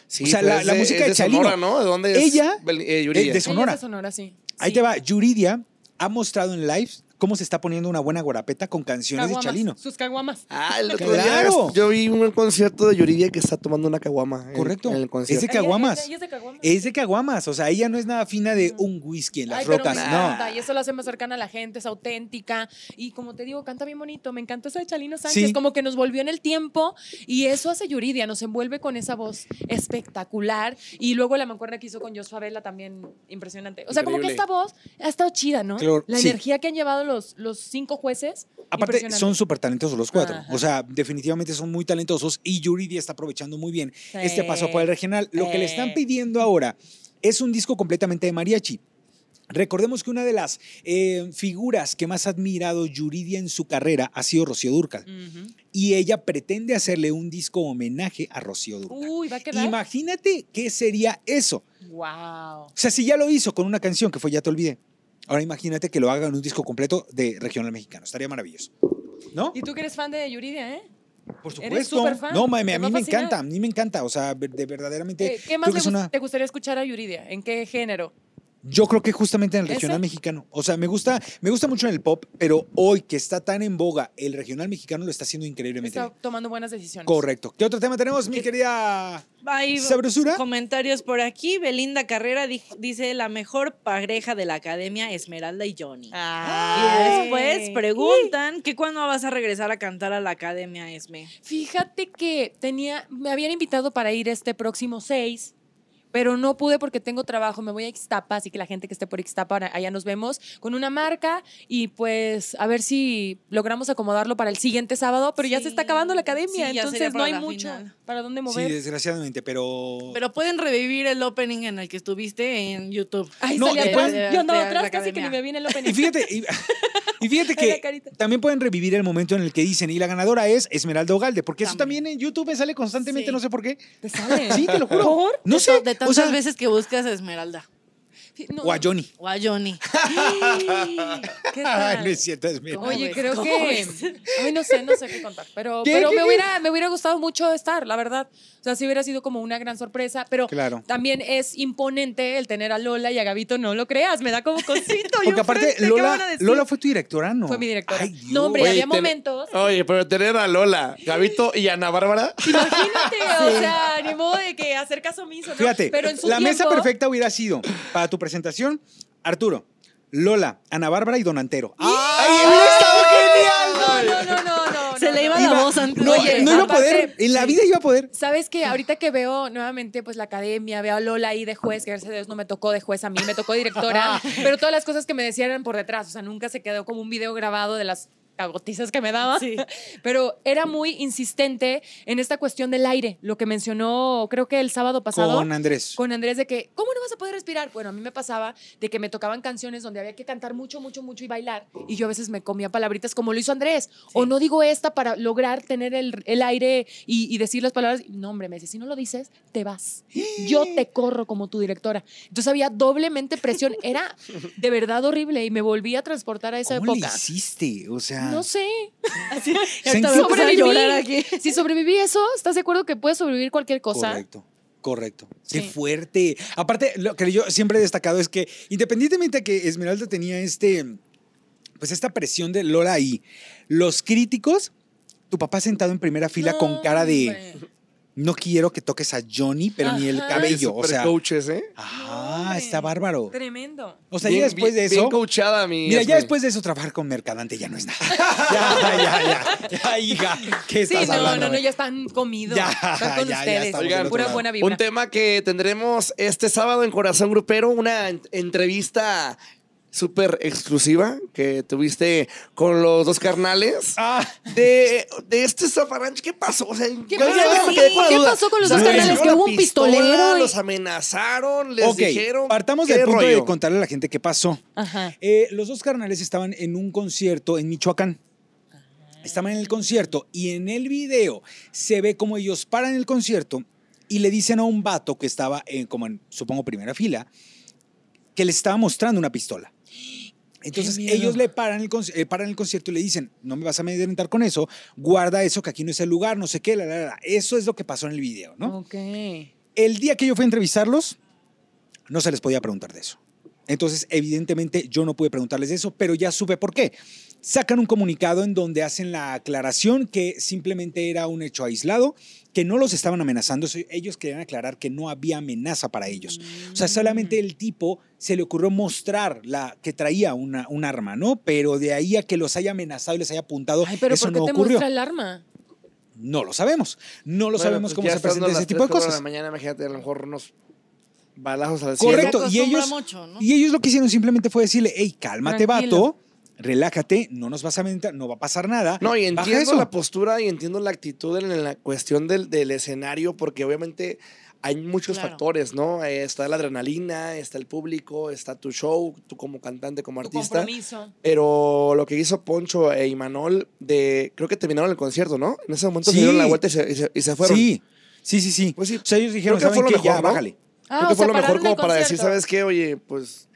[SPEAKER 3] Sí,
[SPEAKER 2] o sea,
[SPEAKER 3] pero
[SPEAKER 2] la-
[SPEAKER 3] es
[SPEAKER 2] la
[SPEAKER 3] de-
[SPEAKER 2] música
[SPEAKER 3] es
[SPEAKER 2] de
[SPEAKER 3] de Sonora,
[SPEAKER 2] Chalino.
[SPEAKER 3] ¿no? ¿De dónde es?
[SPEAKER 2] Ella-
[SPEAKER 3] Bel- eh, Yuridia.
[SPEAKER 2] es de
[SPEAKER 1] Ella
[SPEAKER 2] Sonora.
[SPEAKER 1] es de Sonora, sí.
[SPEAKER 2] Ahí
[SPEAKER 1] Sí.
[SPEAKER 2] te va, Yuridia ha mostrado en lives cómo se está poniendo una buena guarapeta con canciones
[SPEAKER 1] Caguamas,
[SPEAKER 2] de Chalino.
[SPEAKER 1] Sus caguamas.
[SPEAKER 3] Ah, el otro
[SPEAKER 2] ¡Claro!
[SPEAKER 3] día yo vi un concierto de Yuridia que está tomando una caguama. en-
[SPEAKER 2] Correcto.
[SPEAKER 3] En el concierto.
[SPEAKER 2] Ese- caguamas.
[SPEAKER 1] Ella- ella es de caguamas.
[SPEAKER 2] Es de caguamas, o sea, ella no es nada fina de un whisky en las
[SPEAKER 1] Ay, pero
[SPEAKER 2] rocas,
[SPEAKER 1] me
[SPEAKER 2] no.
[SPEAKER 1] encanta, y eso la hace más cercana a la gente, es auténtica. Y como te digo, canta bien bonito. Me encantó esa de Chalino Sánchez,
[SPEAKER 2] Sí.
[SPEAKER 1] como que nos volvió en el tiempo. Y eso hace Yuridia, nos envuelve con esa voz espectacular. Y luego la mancuerna que hizo con Joshua Vela también impresionante. O sea, como que
[SPEAKER 3] Increíble.
[SPEAKER 1] esta voz ha estado chida, ¿no?
[SPEAKER 2] Claro,
[SPEAKER 1] la
[SPEAKER 2] sí.
[SPEAKER 1] energía que han llevado los, los cinco jueces.
[SPEAKER 2] Aparte,
[SPEAKER 1] impresionante.
[SPEAKER 2] son súper talentosos los cuatro.
[SPEAKER 1] Ajá.
[SPEAKER 2] O sea, definitivamente son muy talentosos y Yuridia está aprovechando muy bien este paso por el regional. Lo que le están
[SPEAKER 1] Sí.
[SPEAKER 2] pidiendo ahora es un disco completamente de mariachi. Recordemos que una de las eh, figuras que más ha admirado Yuridia en su carrera ha sido Rocío Dúrcal.
[SPEAKER 1] Ujú.
[SPEAKER 2] Y ella pretende hacerle un disco homenaje a Rocío Dúrcal.
[SPEAKER 1] Uy, va a quedar.
[SPEAKER 2] Imagínate qué sería eso.
[SPEAKER 1] wow.
[SPEAKER 2] O sea, si ya lo hizo con una canción que fue Ya te olvidé. Ahora imagínate que lo haga en un disco completo de regional mexicano. Estaría maravilloso. ¿No?
[SPEAKER 1] Y tú que eres fan de Yuridia, ¿eh?
[SPEAKER 2] Por
[SPEAKER 1] eres superfan.
[SPEAKER 2] No, mami,
[SPEAKER 1] Te
[SPEAKER 2] a
[SPEAKER 1] va
[SPEAKER 2] mí
[SPEAKER 1] a
[SPEAKER 2] me
[SPEAKER 1] fascinar.
[SPEAKER 2] encanta, a mí me encanta. O sea, ver- de verdaderamente.
[SPEAKER 1] ¿Qué, qué más le
[SPEAKER 2] creo que es
[SPEAKER 1] gust-
[SPEAKER 2] una-
[SPEAKER 1] te gustaría escuchar a Yuridia? ¿En qué género?
[SPEAKER 2] Yo creo que justamente en el
[SPEAKER 1] ¿Ese?
[SPEAKER 2] regional mexicano. O sea, me gusta, me gusta mucho en el pop, pero hoy que está tan en boga, el regional mexicano lo está haciendo increíblemente.
[SPEAKER 1] Está
[SPEAKER 2] bien.
[SPEAKER 1] tomando buenas decisiones.
[SPEAKER 2] Correcto. ¿Qué otro tema tenemos, mi querida?
[SPEAKER 4] Hay
[SPEAKER 2] ¿Sabrosura?
[SPEAKER 4] comentarios por aquí. Belinda Carrera di- dice la mejor pareja de la academia, Esmeralda y Johnny. Y
[SPEAKER 1] Ah,
[SPEAKER 4] después preguntan que cuándo vas a regresar a cantar a la academia, Esme.
[SPEAKER 1] Fíjate que tenía, me habían invitado para ir este próximo 6, pero no pude porque tengo trabajo. Me voy a Ixtapa, así que la gente que esté por Ixtapa, ahora- allá nos vemos con una marca y pues a ver si logramos acomodarlo para el siguiente sábado. Pero ya se
[SPEAKER 4] Sí.
[SPEAKER 1] está acabando la
[SPEAKER 4] Sí,
[SPEAKER 1] academia,
[SPEAKER 4] ya sería
[SPEAKER 1] entonces no
[SPEAKER 4] para
[SPEAKER 1] hay
[SPEAKER 4] la
[SPEAKER 1] mucho
[SPEAKER 4] final.
[SPEAKER 1] para dónde
[SPEAKER 2] Sí,
[SPEAKER 1] mover.
[SPEAKER 2] desgraciadamente, pero.
[SPEAKER 4] Pero pueden revivir el opening en el que estuviste en YouTube.
[SPEAKER 1] Ay,
[SPEAKER 2] No,
[SPEAKER 1] salí
[SPEAKER 2] y
[SPEAKER 1] atrás.
[SPEAKER 4] pueden-
[SPEAKER 1] Yo andaba
[SPEAKER 4] de la
[SPEAKER 1] atrás, casi que
[SPEAKER 4] academia.
[SPEAKER 1] ni me viene el opening.
[SPEAKER 2] Y fíjate, y, y fíjate
[SPEAKER 1] Ay, la
[SPEAKER 2] que
[SPEAKER 1] carita.
[SPEAKER 2] también pueden revivir el momento en el que dicen, y la ganadora es Esmeralda Ogalde, porque eso
[SPEAKER 4] También.
[SPEAKER 2] también en YouTube me sale constantemente,
[SPEAKER 4] Sí.
[SPEAKER 2] no sé por qué.
[SPEAKER 1] ¿Te sale?
[SPEAKER 2] Sí, te lo juro. No
[SPEAKER 4] De
[SPEAKER 2] sé.
[SPEAKER 4] to- De
[SPEAKER 2] o
[SPEAKER 4] tantas
[SPEAKER 2] sea,
[SPEAKER 4] veces que buscas a Esmeralda
[SPEAKER 1] No.
[SPEAKER 2] O a Johnny.
[SPEAKER 4] o a Johnny.
[SPEAKER 1] ¿Qué
[SPEAKER 2] Ay,
[SPEAKER 1] tal?
[SPEAKER 2] no es cierto, Esmeralda.
[SPEAKER 4] ¿Cómo
[SPEAKER 1] Oye,
[SPEAKER 4] ves?
[SPEAKER 1] creo
[SPEAKER 4] ¿Cómo
[SPEAKER 1] que.
[SPEAKER 4] ves?
[SPEAKER 1] Ay, no sé, no sé qué contar. Pero,
[SPEAKER 2] ¿Qué,
[SPEAKER 1] pero
[SPEAKER 2] qué,
[SPEAKER 1] me,
[SPEAKER 2] qué?
[SPEAKER 1] hubiera, me hubiera gustado mucho estar, la verdad. O sea, sí hubiera sido como una gran sorpresa. Pero
[SPEAKER 2] Claro.
[SPEAKER 1] también es imponente el tener a Lola y a Gabito, no lo creas. Me da como cosito. yo
[SPEAKER 2] Porque aparte,
[SPEAKER 1] frente, ¿qué van a
[SPEAKER 2] Lola,
[SPEAKER 1] decir?
[SPEAKER 2] Lola fue tu directora, ¿no?
[SPEAKER 1] Fue mi directora.
[SPEAKER 2] Ay, Dios.
[SPEAKER 1] No, hombre,
[SPEAKER 3] Oye,
[SPEAKER 1] había
[SPEAKER 3] ten-
[SPEAKER 1] momentos.
[SPEAKER 3] Oye, pero tener a Lola, Gabito y Ana Bárbara.
[SPEAKER 1] Imagínate, o sea, ni modo de que hacer caso omiso, ¿no?
[SPEAKER 2] Fíjate,
[SPEAKER 1] pero en su
[SPEAKER 2] la mesa
[SPEAKER 1] tiempo-
[SPEAKER 2] perfecta hubiera sido para tu presentación, Arturo, Lola, Ana Bárbara y Ah, Donantero. ¡Ay, hubiera estado
[SPEAKER 1] No, no, no,
[SPEAKER 2] genial!
[SPEAKER 1] no, no.
[SPEAKER 4] Se
[SPEAKER 1] no,
[SPEAKER 4] le
[SPEAKER 1] no.
[SPEAKER 4] iba la voz antes.
[SPEAKER 2] No,
[SPEAKER 1] Oye,
[SPEAKER 2] no iba a
[SPEAKER 1] aparte-
[SPEAKER 2] poder, en la vida iba a poder.
[SPEAKER 1] Sabes que ahorita que veo nuevamente pues la academia, veo a Lola ahí de juez, que gracias a Dios no me tocó de juez a mí, me tocó directora, pero todas las cosas que me decían eran por detrás, o sea, nunca se quedó como un video grabado de las cagotizas que me daba,
[SPEAKER 4] Sí.
[SPEAKER 1] pero era muy insistente en esta cuestión del aire, lo que mencionó creo que el sábado pasado
[SPEAKER 2] Con Andrés.
[SPEAKER 1] con Andrés de que, ¿cómo no vas a poder respirar? Bueno, a mí me pasaba de que me tocaban canciones donde había que cantar mucho, mucho, mucho y bailar. Y yo a veces me comía palabritas como lo hizo Andrés. O no digo esta para lograr tener el, el aire y, y decir las palabras. No, hombre, me dice, si no lo dices, te vas. Yo te corro como tu directora. Entonces había doblemente presión. Era de verdad horrible y me volví a transportar a esa
[SPEAKER 2] ¿Cómo
[SPEAKER 1] época.
[SPEAKER 2] le hiciste? O sea,
[SPEAKER 1] No sé.
[SPEAKER 2] Sen-
[SPEAKER 4] Ahorita voy a empezar a llorar aquí.
[SPEAKER 1] Si sobreviví eso, ¿estás de acuerdo que puedes sobrevivir cualquier cosa?
[SPEAKER 2] Correcto. Correcto. Qué
[SPEAKER 1] Sí.
[SPEAKER 2] fuerte. Aparte, lo que yo siempre he destacado es que, independientemente de que Esmeralda tenía este, pues esta presión de Lola ahí, los críticos, tu papá sentado en primera fila
[SPEAKER 1] No,
[SPEAKER 2] con cara de
[SPEAKER 1] hombre.
[SPEAKER 2] no quiero que toques a Johnny, pero ni el
[SPEAKER 1] Ajá.
[SPEAKER 2] cabello. O
[SPEAKER 3] Super
[SPEAKER 2] sea,
[SPEAKER 3] coaches, ¿eh?
[SPEAKER 2] ajá,
[SPEAKER 1] hombre.
[SPEAKER 2] está bárbaro.
[SPEAKER 1] Tremendo.
[SPEAKER 2] O sea,
[SPEAKER 3] Bien-
[SPEAKER 2] ya después de
[SPEAKER 3] bien- Bien
[SPEAKER 2] eso.
[SPEAKER 3] coachada, mi.
[SPEAKER 2] Mira, ya
[SPEAKER 3] Esme.
[SPEAKER 2] después de eso, trabajar con Mercadante ya no es nada. Ya, ya, ya. Ya, hija. ¿Qué
[SPEAKER 1] Sí,
[SPEAKER 2] estás
[SPEAKER 1] no,
[SPEAKER 2] hablando?
[SPEAKER 1] no, no, ya están comidos.
[SPEAKER 2] Ya,
[SPEAKER 1] están con
[SPEAKER 2] ya, ya
[SPEAKER 1] ustedes.
[SPEAKER 2] estamos
[SPEAKER 3] del otro
[SPEAKER 1] Pura
[SPEAKER 2] lado.
[SPEAKER 1] buena vibra.
[SPEAKER 3] Un tema que tendremos este sábado en Corazón Grupero, una en- entrevista súper exclusiva que tuviste con los dos carnales.
[SPEAKER 2] Ah,
[SPEAKER 3] De, de este zafarrancho, ¿qué pasó? O sea,
[SPEAKER 1] ¿Qué
[SPEAKER 3] yo
[SPEAKER 1] pasó?
[SPEAKER 3] ya me quedé
[SPEAKER 1] Sí,
[SPEAKER 3] con la
[SPEAKER 1] ¿qué
[SPEAKER 3] duda.
[SPEAKER 1] pasó con los
[SPEAKER 2] dos
[SPEAKER 3] Sacaron
[SPEAKER 2] carnales?
[SPEAKER 3] una
[SPEAKER 1] Que hubo un
[SPEAKER 3] pistola,
[SPEAKER 1] pistolero y-
[SPEAKER 3] Los amenazaron, les
[SPEAKER 2] ok,
[SPEAKER 3] dijeron.
[SPEAKER 2] partamos
[SPEAKER 3] ¿qué
[SPEAKER 2] del punto de
[SPEAKER 3] rollo?
[SPEAKER 2] contarle a la gente qué pasó.
[SPEAKER 1] Ajá.
[SPEAKER 2] Eh, los dos carnales estaban en un concierto en Michoacán. Estaban en el concierto y en el video se ve como ellos paran el concierto y le dicen a un vato que estaba, en, como en, supongo, primera fila, que les estaba mostrando una pistola. Entonces
[SPEAKER 1] miedo!
[SPEAKER 2] ellos le paran el, conci- eh, paran el concierto y le dicen, no me vas a amedrentar con eso, guarda eso que aquí no es el lugar, no sé qué, la, la, la. Eso es lo que pasó en el video, ¿no?
[SPEAKER 1] Ok.
[SPEAKER 2] El día que yo fui a entrevistarlos, no se les podía preguntar de eso. Entonces, evidentemente, yo no pude preguntarles de eso, pero ya supe por qué. Sacan un comunicado en donde hacen la aclaración que simplemente era un hecho aislado, que no los estaban amenazando. eso- Ellos querían aclarar que no había amenaza para ellos. O sea, solamente el tipo se le ocurrió mostrar la, que traía una, un arma, ¿no? Pero de ahí a que los haya amenazado y les haya apuntado,
[SPEAKER 1] Ay, pero
[SPEAKER 2] eso
[SPEAKER 1] ¿por qué
[SPEAKER 2] no
[SPEAKER 1] te
[SPEAKER 2] ocurrió.
[SPEAKER 1] muestra el arma?
[SPEAKER 2] No lo sabemos. No lo
[SPEAKER 3] Bueno,
[SPEAKER 2] sabemos
[SPEAKER 3] pues
[SPEAKER 2] cómo
[SPEAKER 3] ya
[SPEAKER 2] se
[SPEAKER 3] estando
[SPEAKER 2] presenta
[SPEAKER 3] las
[SPEAKER 2] ese
[SPEAKER 3] tres,
[SPEAKER 2] tipo de
[SPEAKER 3] cuatro
[SPEAKER 2] cosas.
[SPEAKER 3] la mañana, imagínate, a lo mejor unos balazos al cielo.
[SPEAKER 2] Correcto. Y
[SPEAKER 4] acostumbra
[SPEAKER 2] ellos,
[SPEAKER 4] mucho, ¿no?
[SPEAKER 2] y ellos lo que hicieron simplemente fue decirle, hey, cálmate,
[SPEAKER 1] Tranquilo.
[SPEAKER 2] vato, relájate, no nos vas a mentar, no va a pasar nada.
[SPEAKER 3] No, y
[SPEAKER 2] baja
[SPEAKER 3] entiendo
[SPEAKER 2] eso".
[SPEAKER 3] la postura y entiendo la actitud en en la cuestión del, del escenario, porque obviamente hay muchos
[SPEAKER 4] Claro.
[SPEAKER 3] factores, ¿no? Eh, está la adrenalina, está el público, está tu show, tú como cantante, como
[SPEAKER 1] Tu
[SPEAKER 3] artista.
[SPEAKER 1] compromiso.
[SPEAKER 3] Pero lo que hizo Poncho e Imanol, de, creo que terminaron el concierto, ¿no? En ese momento
[SPEAKER 2] Sí.
[SPEAKER 3] se dieron la vuelta y se, y se- y se fueron.
[SPEAKER 2] Sí, sí, sí, sí.
[SPEAKER 3] Pues sí.
[SPEAKER 2] O sea, ellos dijeron,
[SPEAKER 3] Creo que
[SPEAKER 2] ¿saben
[SPEAKER 3] fue lo
[SPEAKER 2] qué? ya,
[SPEAKER 3] mejor, ¿no?
[SPEAKER 2] bájale.
[SPEAKER 3] Creo que fue lo mejor
[SPEAKER 1] Ah, pararon
[SPEAKER 3] como
[SPEAKER 1] el
[SPEAKER 3] para decir,
[SPEAKER 1] concierto.
[SPEAKER 3] ¿sabes qué? Oye, pues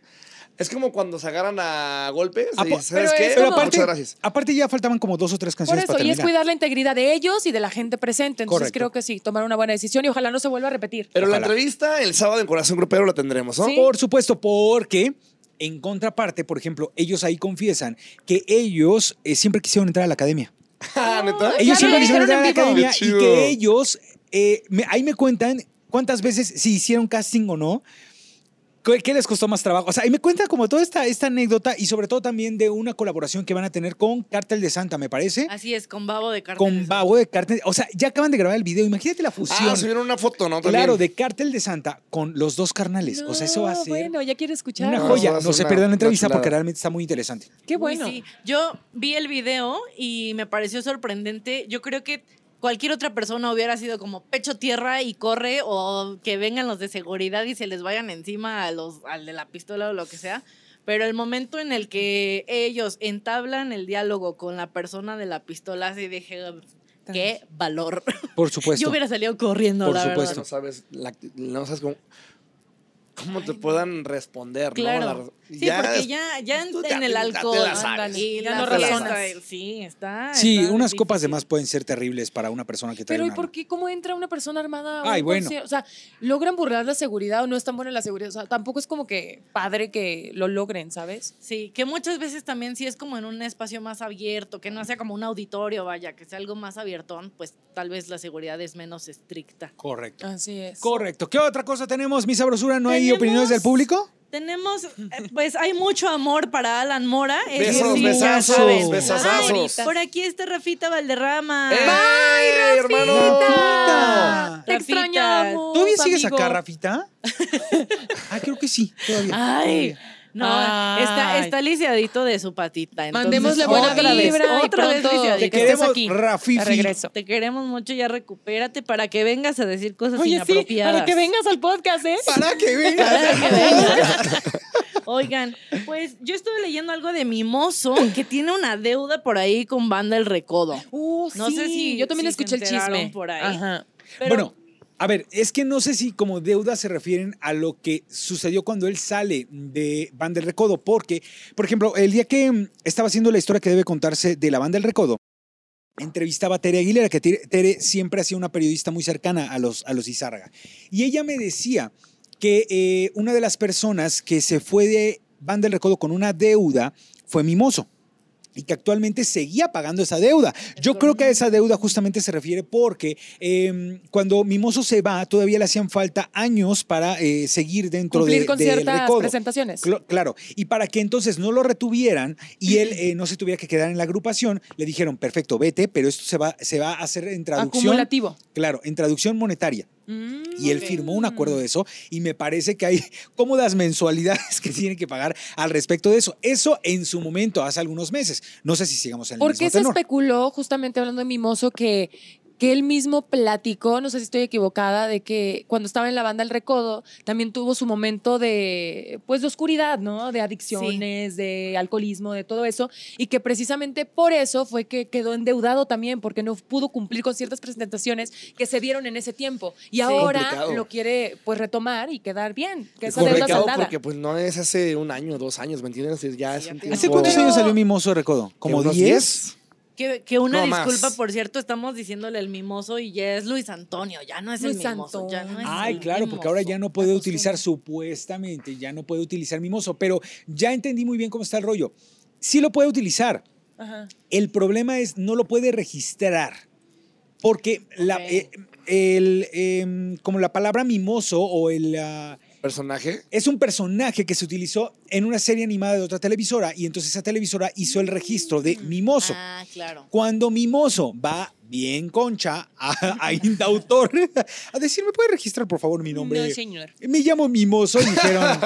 [SPEAKER 3] es como cuando se agarran a golpes.
[SPEAKER 2] Ah,
[SPEAKER 3] y
[SPEAKER 2] po-
[SPEAKER 3] ¿Sabes
[SPEAKER 1] pero
[SPEAKER 3] qué?
[SPEAKER 1] es
[SPEAKER 2] Pero
[SPEAKER 1] como-
[SPEAKER 2] aparte,
[SPEAKER 3] Muchas gracias.
[SPEAKER 2] aparte ya faltaban como dos o tres
[SPEAKER 1] Por
[SPEAKER 2] canciones
[SPEAKER 1] eso,
[SPEAKER 2] para
[SPEAKER 1] y es
[SPEAKER 2] terminar.
[SPEAKER 1] cuidar la integridad de ellos y de la gente presente. Entonces
[SPEAKER 2] Correcto.
[SPEAKER 1] creo que sí, tomar una buena decisión y ojalá no se vuelva a repetir.
[SPEAKER 3] Pero la
[SPEAKER 2] Ojalá.
[SPEAKER 3] entrevista el sábado en Corazón Grupero la tendremos, ¿no?
[SPEAKER 1] Sí.
[SPEAKER 2] Por supuesto, porque en contraparte, por ejemplo, ellos ahí confiesan que ellos eh, siempre quisieron entrar a la academia.
[SPEAKER 3] Ah, ¿neta?
[SPEAKER 1] Ay,
[SPEAKER 2] Ellos
[SPEAKER 1] Ya lo
[SPEAKER 2] siempre quisieron
[SPEAKER 1] dijeron
[SPEAKER 2] entrar a la
[SPEAKER 1] en
[SPEAKER 3] vivo.
[SPEAKER 2] academia
[SPEAKER 3] Qué
[SPEAKER 2] y
[SPEAKER 3] chido.
[SPEAKER 2] que ellos, eh, me- ahí me cuentan cuántas veces, si hicieron casting o no, qué, qué les costó más trabajo. O sea, ahí me cuentan como toda esta, esta anécdota y sobre todo también de una colaboración que van a tener con Cártel de Santa, me parece.
[SPEAKER 1] Ah,
[SPEAKER 4] Así es, con babo de carne.
[SPEAKER 2] Con Babo de Cártel. O sea, ya acaban de grabar el video. Imagínate la
[SPEAKER 3] Ah,
[SPEAKER 2] fusión.
[SPEAKER 3] subieron una foto, ¿no? También.
[SPEAKER 2] claro, de Cártel de Santa con los dos carnales. o sea, eso va a
[SPEAKER 1] No,
[SPEAKER 2] ser
[SPEAKER 1] Bueno, ya quiero escuchar.
[SPEAKER 2] una
[SPEAKER 3] No,
[SPEAKER 2] joya.
[SPEAKER 3] va a
[SPEAKER 2] No,
[SPEAKER 3] ser
[SPEAKER 2] se
[SPEAKER 3] una-
[SPEAKER 2] pierdan la
[SPEAKER 3] una
[SPEAKER 2] entrevista
[SPEAKER 3] chulada.
[SPEAKER 2] porque realmente está muy interesante.
[SPEAKER 1] Qué
[SPEAKER 4] Uy,
[SPEAKER 1] bueno.
[SPEAKER 4] sí. Yo vi el video y me pareció sorprendente. Yo creo que cualquier otra persona hubiera sido como pecho tierra y corre o que vengan los de seguridad y se les vayan encima a los, al de la pistola o lo que sea. Pero el momento en el que ellos entablan el diálogo con la persona de la pistola, se dije, qué valor.
[SPEAKER 2] Por supuesto.
[SPEAKER 4] Yo hubiera salido corriendo,
[SPEAKER 2] Por
[SPEAKER 4] la verdad.
[SPEAKER 2] supuesto.
[SPEAKER 3] No sabes, la- no sabes cómo, cómo te puedan responder, ¿no?
[SPEAKER 4] Claro.
[SPEAKER 3] La-
[SPEAKER 4] sí, porque
[SPEAKER 3] es-
[SPEAKER 4] ya, ya en,
[SPEAKER 3] tú ya
[SPEAKER 4] en
[SPEAKER 3] te-
[SPEAKER 4] el
[SPEAKER 3] ya te la
[SPEAKER 4] alcohol.
[SPEAKER 3] sabes.
[SPEAKER 4] ándale, y
[SPEAKER 1] Ya
[SPEAKER 4] la
[SPEAKER 1] no
[SPEAKER 4] fiesta,
[SPEAKER 1] razonas.
[SPEAKER 4] el- Sí, está.
[SPEAKER 2] Sí,
[SPEAKER 4] está
[SPEAKER 2] unas copas de
[SPEAKER 4] difícil.
[SPEAKER 2] más pueden ser terribles para una persona que trae
[SPEAKER 1] Pero ¿y
[SPEAKER 2] un
[SPEAKER 1] por
[SPEAKER 2] arma.
[SPEAKER 1] qué? ¿Cómo entra una persona armada? a un
[SPEAKER 2] Ay, bueno.
[SPEAKER 1] concierto? O sea, ¿logran burlar la seguridad o no es tan buena la seguridad? O sea, tampoco es como que padre que lo logren, ¿sabes?
[SPEAKER 4] Sí, que muchas veces también si es como en un espacio más abierto, que no sea como un auditorio, vaya, que sea algo más abiertón, pues tal vez la seguridad es menos estricta.
[SPEAKER 2] Correcto.
[SPEAKER 1] Así es.
[SPEAKER 2] Correcto. ¿Qué otra cosa tenemos, mi sabrosura? ¿No hay
[SPEAKER 4] Tenemos-
[SPEAKER 2] opiniones del público?
[SPEAKER 4] Tenemos, eh, pues hay mucho amor para Alan Mora.
[SPEAKER 3] Besos,
[SPEAKER 4] eso sí, ya
[SPEAKER 3] besazos, Eh.
[SPEAKER 4] saben.
[SPEAKER 3] besazazos.
[SPEAKER 4] Ay, por aquí está Rafita Valderrama.
[SPEAKER 3] ¡Ey, hermano!
[SPEAKER 1] Rafita. Te
[SPEAKER 4] Rafita.
[SPEAKER 1] extrañamos.
[SPEAKER 2] ¿Todavía sigues
[SPEAKER 1] amigo.
[SPEAKER 2] acá, Rafita? ah, creo que sí, todavía.
[SPEAKER 4] Ay, No,
[SPEAKER 1] Ay.
[SPEAKER 4] está, está lisiadito de su patita. entonces,
[SPEAKER 1] Mandémosle buena
[SPEAKER 4] otra vez,
[SPEAKER 1] vibra y
[SPEAKER 4] otra vez
[SPEAKER 1] pronto
[SPEAKER 4] lisiadito.
[SPEAKER 2] Te
[SPEAKER 1] que estés
[SPEAKER 2] queremos,
[SPEAKER 1] aquí.
[SPEAKER 2] Rafifi.
[SPEAKER 1] De regreso.
[SPEAKER 4] Te queremos mucho, ya recupérate para que vengas a decir cosas
[SPEAKER 1] Oye, sí,
[SPEAKER 4] inapropiadas.
[SPEAKER 1] para que vengas al podcast, ¿eh?
[SPEAKER 2] Para que vengas.
[SPEAKER 4] Para que vengas. Oigan, pues yo estuve leyendo algo de Mimoso que tiene una deuda por ahí con Banda El Recodo.
[SPEAKER 1] Uh,
[SPEAKER 4] No sé si-
[SPEAKER 1] yo también
[SPEAKER 4] si se
[SPEAKER 1] escuché el
[SPEAKER 4] enteraron
[SPEAKER 1] chisme
[SPEAKER 4] por ahí.
[SPEAKER 1] Ajá.
[SPEAKER 4] Pero-
[SPEAKER 2] Bueno, a ver, es que no sé si como deuda se refieren a lo que sucedió cuando él sale de Banda del Recodo, porque, por ejemplo, el día que mm, estaba haciendo la historia que debe contarse de la Banda del Recodo, entrevistaba a Tere Aguilera, que Tere- Tere siempre ha sido una periodista muy cercana a los, a los Izárraga. Y ella me decía que eh, una de las personas que se fue de Banda del Recodo con una deuda fue Mimoso. Y que actualmente seguía pagando esa deuda. Yo creo que a esa deuda justamente se refiere porque eh, cuando Mimoso se va, todavía le hacían falta años para eh, seguir dentro
[SPEAKER 1] Cumplir
[SPEAKER 2] de,
[SPEAKER 1] con
[SPEAKER 2] del
[SPEAKER 1] ciertas
[SPEAKER 2] recodo.
[SPEAKER 1] presentaciones.
[SPEAKER 2] Cl- Claro, y para que entonces no lo retuvieran y él eh, no se tuviera que quedar en la agrupación, le dijeron, perfecto, vete, pero esto se va, se va a hacer en traducción.
[SPEAKER 1] Acumulativo.
[SPEAKER 2] Claro, en traducción monetaria.
[SPEAKER 1] Mm,
[SPEAKER 2] Y él
[SPEAKER 1] ok.
[SPEAKER 2] firmó un acuerdo de eso y me parece que hay cómodas mensualidades que tiene que pagar al respecto de eso. Eso en su momento, hace algunos meses. No sé si sigamos en el
[SPEAKER 1] ¿Por
[SPEAKER 2] mismo
[SPEAKER 1] qué se
[SPEAKER 2] tenor.
[SPEAKER 1] especuló, justamente hablando de Mimoso, que, que él mismo platicó, no sé si estoy equivocada, de que cuando estaba en la banda El Recodo también tuvo su momento de, pues, de oscuridad, ¿no? De adicciones, de alcoholismo, de todo eso. Y que precisamente por eso fue que quedó endeudado también, porque no pudo cumplir con ciertas presentaciones que se dieron en ese tiempo. Y ahora
[SPEAKER 3] Complicado.
[SPEAKER 1] lo quiere, pues, retomar y quedar bien. Que
[SPEAKER 3] Es
[SPEAKER 1] esa deuda
[SPEAKER 3] complicado
[SPEAKER 1] saldada.
[SPEAKER 3] porque pues no es hace un año, dos años, ¿me entiendes? Es- Ya
[SPEAKER 4] Sí,
[SPEAKER 3] es
[SPEAKER 4] ya
[SPEAKER 3] un
[SPEAKER 4] tiene-
[SPEAKER 2] ¿Hace
[SPEAKER 3] tiempo-
[SPEAKER 2] cuántos
[SPEAKER 1] Pero-
[SPEAKER 2] años salió Mimoso de Recodo? ¿Como
[SPEAKER 3] unos
[SPEAKER 2] 10?
[SPEAKER 4] Que, que una
[SPEAKER 3] No más.
[SPEAKER 4] disculpa, por cierto, estamos diciéndole el mimoso y ya es Luis Antonio, ya no es
[SPEAKER 1] Luis
[SPEAKER 4] el mimoso. Ya no es
[SPEAKER 1] Antonio.
[SPEAKER 2] Ay,
[SPEAKER 4] el
[SPEAKER 2] claro, porque ahora
[SPEAKER 4] mimoso.
[SPEAKER 2] ya no puede
[SPEAKER 1] la
[SPEAKER 2] utilizar, supuestamente, ya no puede utilizar mimoso, pero ya entendí muy bien cómo está el rollo. Sí lo puede utilizar.
[SPEAKER 1] Ajá.
[SPEAKER 2] El problema es no lo puede registrar. Porque la,
[SPEAKER 4] Ok.
[SPEAKER 2] eh, el, em, como la palabra mimoso o el... ah,
[SPEAKER 3] personaje.
[SPEAKER 2] es un personaje que se utilizó en una serie animada de otra televisora y entonces esa televisora hizo el registro de mimoso.
[SPEAKER 4] Ah, claro.
[SPEAKER 2] Cuando Mimoso va bien concha a, a Indautor a decir, ¿me puede registrar por favor mi nombre?
[SPEAKER 1] No, señor.
[SPEAKER 2] Me llamo Mimoso y dijeron,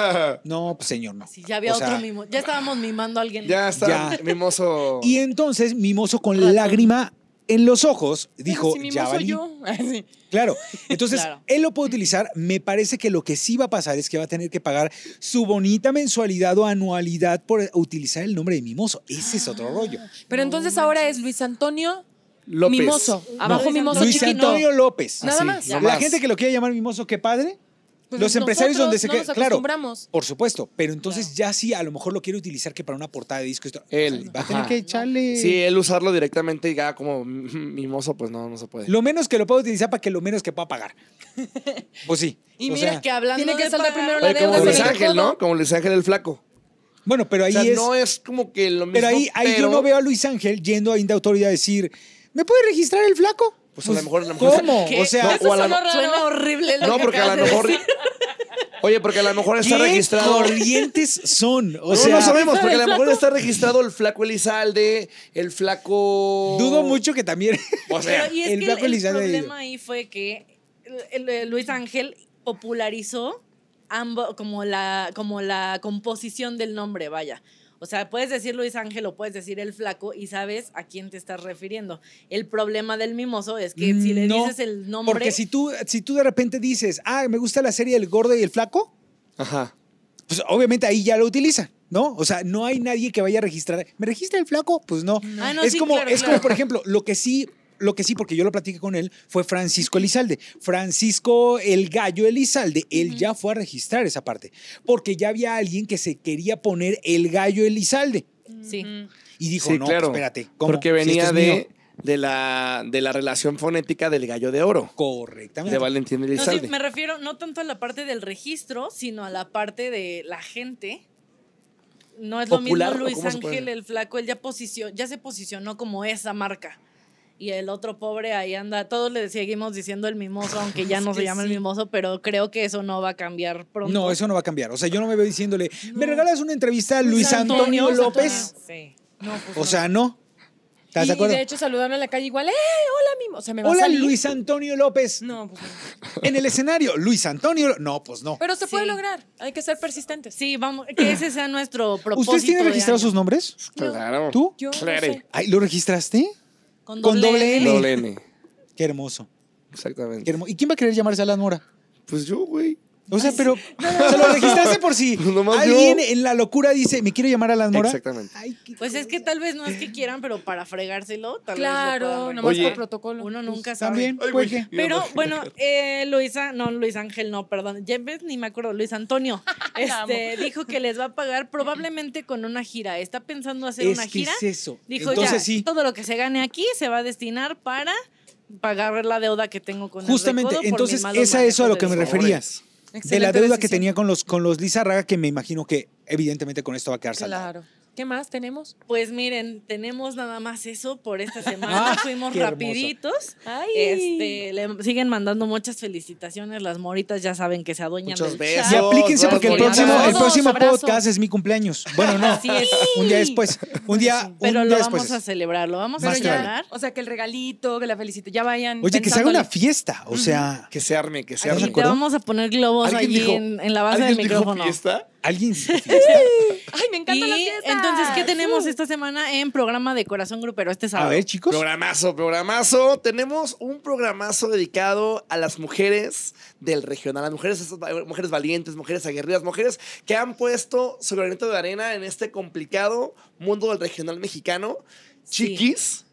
[SPEAKER 2] no, pues señor, no.
[SPEAKER 4] Sí, ya había
[SPEAKER 2] O sea,
[SPEAKER 4] otro mimoso. Ya estábamos mimando a alguien.
[SPEAKER 3] Ya está
[SPEAKER 2] Ya.
[SPEAKER 3] mimoso.
[SPEAKER 2] Y entonces Mimoso con lágrima en los ojos dijo,
[SPEAKER 1] Pero si
[SPEAKER 2] ya
[SPEAKER 1] Mimoso
[SPEAKER 2] valí".
[SPEAKER 1] yo. Sí.
[SPEAKER 2] Claro, entonces
[SPEAKER 4] Claro.
[SPEAKER 2] él lo puede utilizar. Me parece que lo que sí va a pasar es que va a tener que pagar su bonita mensualidad o anualidad por utilizar el nombre de Mimoso. Ese es otro rollo.
[SPEAKER 1] Ah. Pero entonces ahora es Luis Antonio
[SPEAKER 3] López.
[SPEAKER 1] Mimoso. Abajo
[SPEAKER 4] Luis
[SPEAKER 1] Mimoso
[SPEAKER 2] Luis
[SPEAKER 1] chiquito.
[SPEAKER 2] Antonio López.
[SPEAKER 1] Nada
[SPEAKER 2] Así.
[SPEAKER 1] más.
[SPEAKER 2] La
[SPEAKER 3] Nomás.
[SPEAKER 2] gente que lo quiera llamar Mimoso, qué padre.
[SPEAKER 1] Pues
[SPEAKER 2] los empresarios donde se
[SPEAKER 1] nosotros
[SPEAKER 2] queda-
[SPEAKER 1] no nos
[SPEAKER 2] claro.
[SPEAKER 1] acostumbramos.
[SPEAKER 2] Por supuesto, pero entonces ya sí, a lo mejor lo quiere utilizar que para una portada de disco. esto-
[SPEAKER 3] Él,
[SPEAKER 2] Va a tener
[SPEAKER 3] ajá.
[SPEAKER 2] que echarle.
[SPEAKER 3] Sí, él usarlo directamente y ya como mm, mimoso, pues no, no se puede.
[SPEAKER 2] Lo menos que lo pueda utilizar para que lo menos que pueda pagar. Pues sí.
[SPEAKER 4] Y
[SPEAKER 2] o
[SPEAKER 4] mira
[SPEAKER 2] sea,
[SPEAKER 4] que hablando
[SPEAKER 1] tiene que
[SPEAKER 4] de
[SPEAKER 1] saldar
[SPEAKER 4] pagar-
[SPEAKER 1] primero la
[SPEAKER 3] Oye, como
[SPEAKER 1] deuda
[SPEAKER 3] Luis
[SPEAKER 1] con el
[SPEAKER 3] Ángel,
[SPEAKER 1] recodo.
[SPEAKER 3] ¿no? Como Luis Ángel el flaco.
[SPEAKER 2] Bueno, pero
[SPEAKER 3] O
[SPEAKER 2] ahí
[SPEAKER 3] sea,
[SPEAKER 2] es.
[SPEAKER 3] no es como que lo mismo.
[SPEAKER 2] Pero ahí, ahí yo
[SPEAKER 3] pero-
[SPEAKER 2] no veo a Luis Ángel yendo a Inda Autoridad a decir, ¿me puede registrar el flaco?
[SPEAKER 3] Pues a lo mejor- a lo mejor-
[SPEAKER 2] ¿Cómo?
[SPEAKER 4] ¿Qué?
[SPEAKER 2] O sea,
[SPEAKER 1] Eso
[SPEAKER 3] o a la-
[SPEAKER 1] sonó raro.
[SPEAKER 4] Suena horrible lo
[SPEAKER 3] No,
[SPEAKER 4] que
[SPEAKER 3] porque a
[SPEAKER 4] acabas
[SPEAKER 3] lo
[SPEAKER 4] de
[SPEAKER 3] mejor.
[SPEAKER 4] decir.
[SPEAKER 3] Oye, porque a lo mejor está
[SPEAKER 2] ¿qué
[SPEAKER 3] registrado.
[SPEAKER 2] corrientes son? O
[SPEAKER 3] no,
[SPEAKER 2] sea,
[SPEAKER 3] no sabemos, porque a lo
[SPEAKER 1] ¿El
[SPEAKER 3] mejor
[SPEAKER 1] flaco?
[SPEAKER 3] está registrado el flaco Elizalde, el flaco.
[SPEAKER 2] dudo mucho que también.
[SPEAKER 3] O sea,
[SPEAKER 4] Pero, y es
[SPEAKER 2] el
[SPEAKER 4] que
[SPEAKER 2] Flaco
[SPEAKER 4] el, el
[SPEAKER 2] Elizalde ha ido.
[SPEAKER 4] problema ahí fue que el- el- Luis Ángel popularizó ambos como la, como la composición del nombre, vaya. O sea, puedes decir Luis Ángel o puedes decir el flaco y sabes a quién te estás refiriendo. El problema del mimoso es que si le
[SPEAKER 2] No,
[SPEAKER 4] dices el nombre,
[SPEAKER 2] Porque si tú, si tú de repente dices, ah, me gusta la serie El Gordo y el Flaco,
[SPEAKER 3] Ajá.
[SPEAKER 2] pues obviamente ahí ya lo utiliza, ¿no? O sea, no hay nadie que vaya a registrar. ¿Me registra el flaco? Pues no.
[SPEAKER 4] Ah, no,
[SPEAKER 2] es
[SPEAKER 4] sí,
[SPEAKER 2] como,
[SPEAKER 4] claro,
[SPEAKER 2] es
[SPEAKER 4] claro.
[SPEAKER 2] como, por ejemplo, lo que sí. Lo que sí, porque yo lo platiqué con él, fue Francisco Elizalde. Francisco el Gallo Elizalde, él ya fue a registrar esa parte, porque ya había alguien que se quería poner el Gallo Elizalde.
[SPEAKER 4] sí.
[SPEAKER 2] Y dijo,
[SPEAKER 3] Sí,
[SPEAKER 2] no,
[SPEAKER 3] claro.
[SPEAKER 2] espérate, ¿cómo?
[SPEAKER 3] Porque
[SPEAKER 2] Si esto
[SPEAKER 3] venía
[SPEAKER 2] es mío".
[SPEAKER 3] de, de, la, de la relación fonética del gallo de oro,
[SPEAKER 2] Correctamente.
[SPEAKER 3] de Valentín
[SPEAKER 4] No, sí,
[SPEAKER 3] Elizalde.
[SPEAKER 4] me refiero no tanto a la parte del registro, sino a la parte de la gente. No es
[SPEAKER 3] Popular,
[SPEAKER 4] lo
[SPEAKER 3] ¿o
[SPEAKER 4] mismo Luis
[SPEAKER 3] cómo se puede
[SPEAKER 4] Ángel,
[SPEAKER 3] decir?
[SPEAKER 4] el flaco, él ya, posicio- ya se posicionó como esa marca. Y el otro pobre ahí anda, todos le seguimos diciendo el mimoso, aunque ya no
[SPEAKER 1] Es
[SPEAKER 4] se
[SPEAKER 1] que
[SPEAKER 4] llama el
[SPEAKER 1] sí.
[SPEAKER 4] mimoso, pero creo que eso no va a cambiar pronto.
[SPEAKER 2] No, eso no va a cambiar. O sea, yo no me veo diciéndole, ¿me regalas una entrevista a Luis Antonio,
[SPEAKER 1] Antonio,
[SPEAKER 2] López?
[SPEAKER 4] pues
[SPEAKER 1] Luis Antonio.
[SPEAKER 4] Sí.
[SPEAKER 2] O sea, no. ¿Estás
[SPEAKER 1] y,
[SPEAKER 2] de
[SPEAKER 1] y
[SPEAKER 2] acuerdo?
[SPEAKER 1] de hecho saludaron en la calle igual, ¡eh! Hola, Mimo. O sea, me va a
[SPEAKER 2] Hola
[SPEAKER 1] salir.
[SPEAKER 2] Luis Antonio
[SPEAKER 4] Mm.
[SPEAKER 2] López.
[SPEAKER 1] No, pues no.
[SPEAKER 2] En el escenario, Luis Antonio. Ló- No, pues no.
[SPEAKER 1] Pero se puede
[SPEAKER 4] Sí.
[SPEAKER 1] lograr. Hay que ser persistentes.
[SPEAKER 4] Sí, vamos, que ese sea nuestro propósito.
[SPEAKER 2] ¿Ustedes tienen
[SPEAKER 4] de
[SPEAKER 2] registrados
[SPEAKER 4] año.
[SPEAKER 2] sus nombres?
[SPEAKER 1] No.
[SPEAKER 3] Claro.
[SPEAKER 2] ¿Tú?
[SPEAKER 1] Yo no
[SPEAKER 3] Claro.
[SPEAKER 1] sé.
[SPEAKER 2] Ay, ¿Lo registraste?
[SPEAKER 4] Con
[SPEAKER 2] con
[SPEAKER 4] doble,
[SPEAKER 2] doble
[SPEAKER 4] N.
[SPEAKER 2] N.
[SPEAKER 3] Doble N.
[SPEAKER 2] Qué hermoso. qué
[SPEAKER 3] Exactamente.
[SPEAKER 2] hermo- ¿Y quién va a querer llamarse Alan Mora?
[SPEAKER 3] Pues yo, güey.
[SPEAKER 2] O sea, pero se lo registraste por si
[SPEAKER 3] Nomás
[SPEAKER 2] alguien
[SPEAKER 3] yo.
[SPEAKER 2] en la locura dice, me quiero llamar Alan Mora.
[SPEAKER 3] Exactamente.
[SPEAKER 2] Ay, qué
[SPEAKER 4] Pues es que tal vez no es que quieran, pero para fregárselo, tal vez. lo
[SPEAKER 1] Claro,
[SPEAKER 4] puedan
[SPEAKER 1] nomás
[SPEAKER 3] Oye.
[SPEAKER 1] por protocolo.
[SPEAKER 4] Uno nunca sabe.
[SPEAKER 2] También,
[SPEAKER 3] Ay,
[SPEAKER 2] pues,
[SPEAKER 3] güey.
[SPEAKER 2] ¿qué?
[SPEAKER 4] Pero bueno, eh, Luisa, no, Luis Ángel, no, perdón, ya ves, ni me acuerdo, Luis Antonio, este, dijo que les va a pagar probablemente con una gira. Está pensando hacer
[SPEAKER 2] es
[SPEAKER 4] una
[SPEAKER 2] que
[SPEAKER 4] gira.
[SPEAKER 2] es eso.
[SPEAKER 4] Dijo
[SPEAKER 2] Entonces
[SPEAKER 4] ya,
[SPEAKER 2] sí,
[SPEAKER 4] todo lo que se gane aquí se va a destinar para pagar la deuda que tengo con el
[SPEAKER 2] justamente.
[SPEAKER 4] recodo por mis
[SPEAKER 2] Entonces
[SPEAKER 4] malos
[SPEAKER 2] es a eso a lo
[SPEAKER 4] manejos
[SPEAKER 2] que me
[SPEAKER 4] de
[SPEAKER 2] refería.
[SPEAKER 4] dinero.
[SPEAKER 2] De la
[SPEAKER 1] Excelente
[SPEAKER 2] deuda que
[SPEAKER 1] decisión.
[SPEAKER 2] tenía con los, con los Lizarraga, que me imagino que evidentemente con esto va a quedar saldada.
[SPEAKER 1] Claro. ¿Qué más tenemos?
[SPEAKER 4] Pues miren, tenemos nada más eso por esta semana.
[SPEAKER 2] Ah,
[SPEAKER 4] Fuimos
[SPEAKER 2] qué hermoso.
[SPEAKER 4] rapiditos.
[SPEAKER 1] Ay.
[SPEAKER 4] Este, le siguen mandando muchas felicitaciones. Las moritas ya saben que se adueñan
[SPEAKER 3] Muchos
[SPEAKER 4] del
[SPEAKER 3] besos.
[SPEAKER 2] Y
[SPEAKER 4] chat.
[SPEAKER 3] Claro,
[SPEAKER 2] aplíquense
[SPEAKER 3] claro,
[SPEAKER 2] porque el
[SPEAKER 4] bonito.
[SPEAKER 2] próximo, el
[SPEAKER 4] Abrazos,
[SPEAKER 2] próximo
[SPEAKER 1] abrazos.
[SPEAKER 2] podcast es mi cumpleaños. Bueno, no.
[SPEAKER 4] Así es.
[SPEAKER 2] Un día después. Un día, un
[SPEAKER 4] Pero
[SPEAKER 2] día
[SPEAKER 4] lo
[SPEAKER 2] después.
[SPEAKER 4] vamos a
[SPEAKER 2] es.
[SPEAKER 4] celebrar, lo vamos a
[SPEAKER 2] Más
[SPEAKER 1] Pero
[SPEAKER 2] que vale.
[SPEAKER 4] celebrar.
[SPEAKER 1] O sea, que el regalito, que la felicite, ya vayan.
[SPEAKER 2] Oye, que se haga
[SPEAKER 1] pensándole.
[SPEAKER 2] una fiesta. O sea,
[SPEAKER 3] Que se arme, que se
[SPEAKER 2] Ay,
[SPEAKER 4] Y
[SPEAKER 3] arme.
[SPEAKER 4] te
[SPEAKER 2] acuerdo?
[SPEAKER 4] vamos a poner globos
[SPEAKER 3] ¿Alguien
[SPEAKER 4] allí
[SPEAKER 3] dijo-
[SPEAKER 4] en, en la base del
[SPEAKER 3] ¿Alguien dijo
[SPEAKER 4] micrófono.
[SPEAKER 3] fiesta?
[SPEAKER 2] alguien.
[SPEAKER 1] Ay, me encantan las
[SPEAKER 4] Y
[SPEAKER 1] fiestas.
[SPEAKER 4] entonces, ¿qué tenemos esta semana en programa de Corazón Grupero este
[SPEAKER 2] A
[SPEAKER 4] sábado?
[SPEAKER 2] ver, chicos.
[SPEAKER 3] Programazo, programazo. Tenemos un programazo dedicado a las mujeres del regional, a las mujeres, esas va- mujeres valientes, mujeres aguerridas, mujeres que han puesto su granito de arena en este complicado mundo del regional mexicano.
[SPEAKER 4] Sí.
[SPEAKER 3] Chiquis,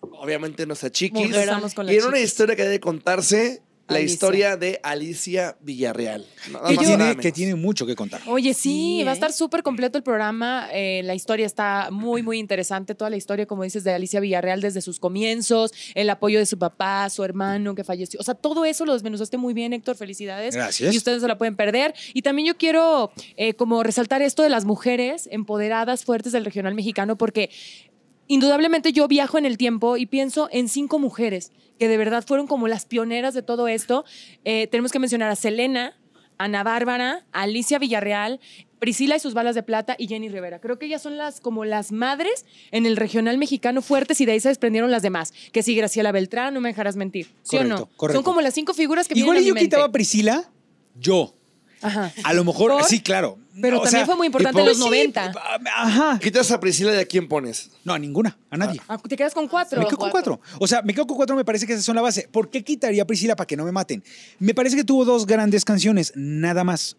[SPEAKER 3] obviamente nuestra chiquis.
[SPEAKER 1] Mujer, vamos con la
[SPEAKER 3] y en una
[SPEAKER 1] chiquis.
[SPEAKER 3] historia que debe contarse, la
[SPEAKER 1] Alicia.
[SPEAKER 3] historia de Alicia Villarreal. Nada
[SPEAKER 2] Que
[SPEAKER 3] más y nada
[SPEAKER 2] tiene, que
[SPEAKER 3] menos.
[SPEAKER 2] tiene mucho que contar.
[SPEAKER 1] Oye, sí,
[SPEAKER 4] Sí,
[SPEAKER 1] va a
[SPEAKER 4] ¿eh?
[SPEAKER 1] estar súper completo el programa. eh, la historia está muy, muy interesante. Toda la historia, como dices, de Alicia Villarreal desde sus comienzos, el apoyo de su papá, su hermano que falleció. O sea, todo eso lo desmenuzaste muy bien, Héctor. Felicidades.
[SPEAKER 2] Gracias.
[SPEAKER 1] Y ustedes no se la pueden perder. Y también yo quiero eh, como resaltar esto de las mujeres empoderadas, fuertes del regional mexicano, porque indudablemente yo viajo en el tiempo y pienso en cinco mujeres que de verdad fueron como las pioneras de todo esto. Eh, tenemos que mencionar a Selena, Ana Bárbara, Alicia Villarreal, Priscila y sus balas de plata y Jenny Rivera. Creo que ellas son las como las madres en el regional mexicano fuertes y de ahí se desprendieron las demás. Que si Graciela Beltrán, no me dejarás mentir. ¿Sí o no?
[SPEAKER 2] Correcto, correcto.
[SPEAKER 1] Son como las cinco figuras que
[SPEAKER 2] Igual y
[SPEAKER 1] vienen a
[SPEAKER 2] yo
[SPEAKER 1] mi mente.
[SPEAKER 2] quitaba a Priscila, yo.
[SPEAKER 1] Ajá.
[SPEAKER 2] A lo mejor,
[SPEAKER 1] ¿Por?
[SPEAKER 2] sí, claro.
[SPEAKER 1] Pero
[SPEAKER 2] O
[SPEAKER 1] también
[SPEAKER 2] sea,
[SPEAKER 1] fue muy importante
[SPEAKER 2] pues
[SPEAKER 1] en los
[SPEAKER 2] sí,
[SPEAKER 1] 90.
[SPEAKER 2] Ajá.
[SPEAKER 3] Quitas a Priscila y a quién pones.
[SPEAKER 2] No, a ninguna, a nadie.
[SPEAKER 1] Ah, Te quedas con cuatro.
[SPEAKER 2] Me quedo con cuatro. O sea, me quedo con cuatro, me parece que esas son la base. ¿Por qué quitaría a Priscila para que no me maten? Me parece que tuvo dos grandes canciones, nada más.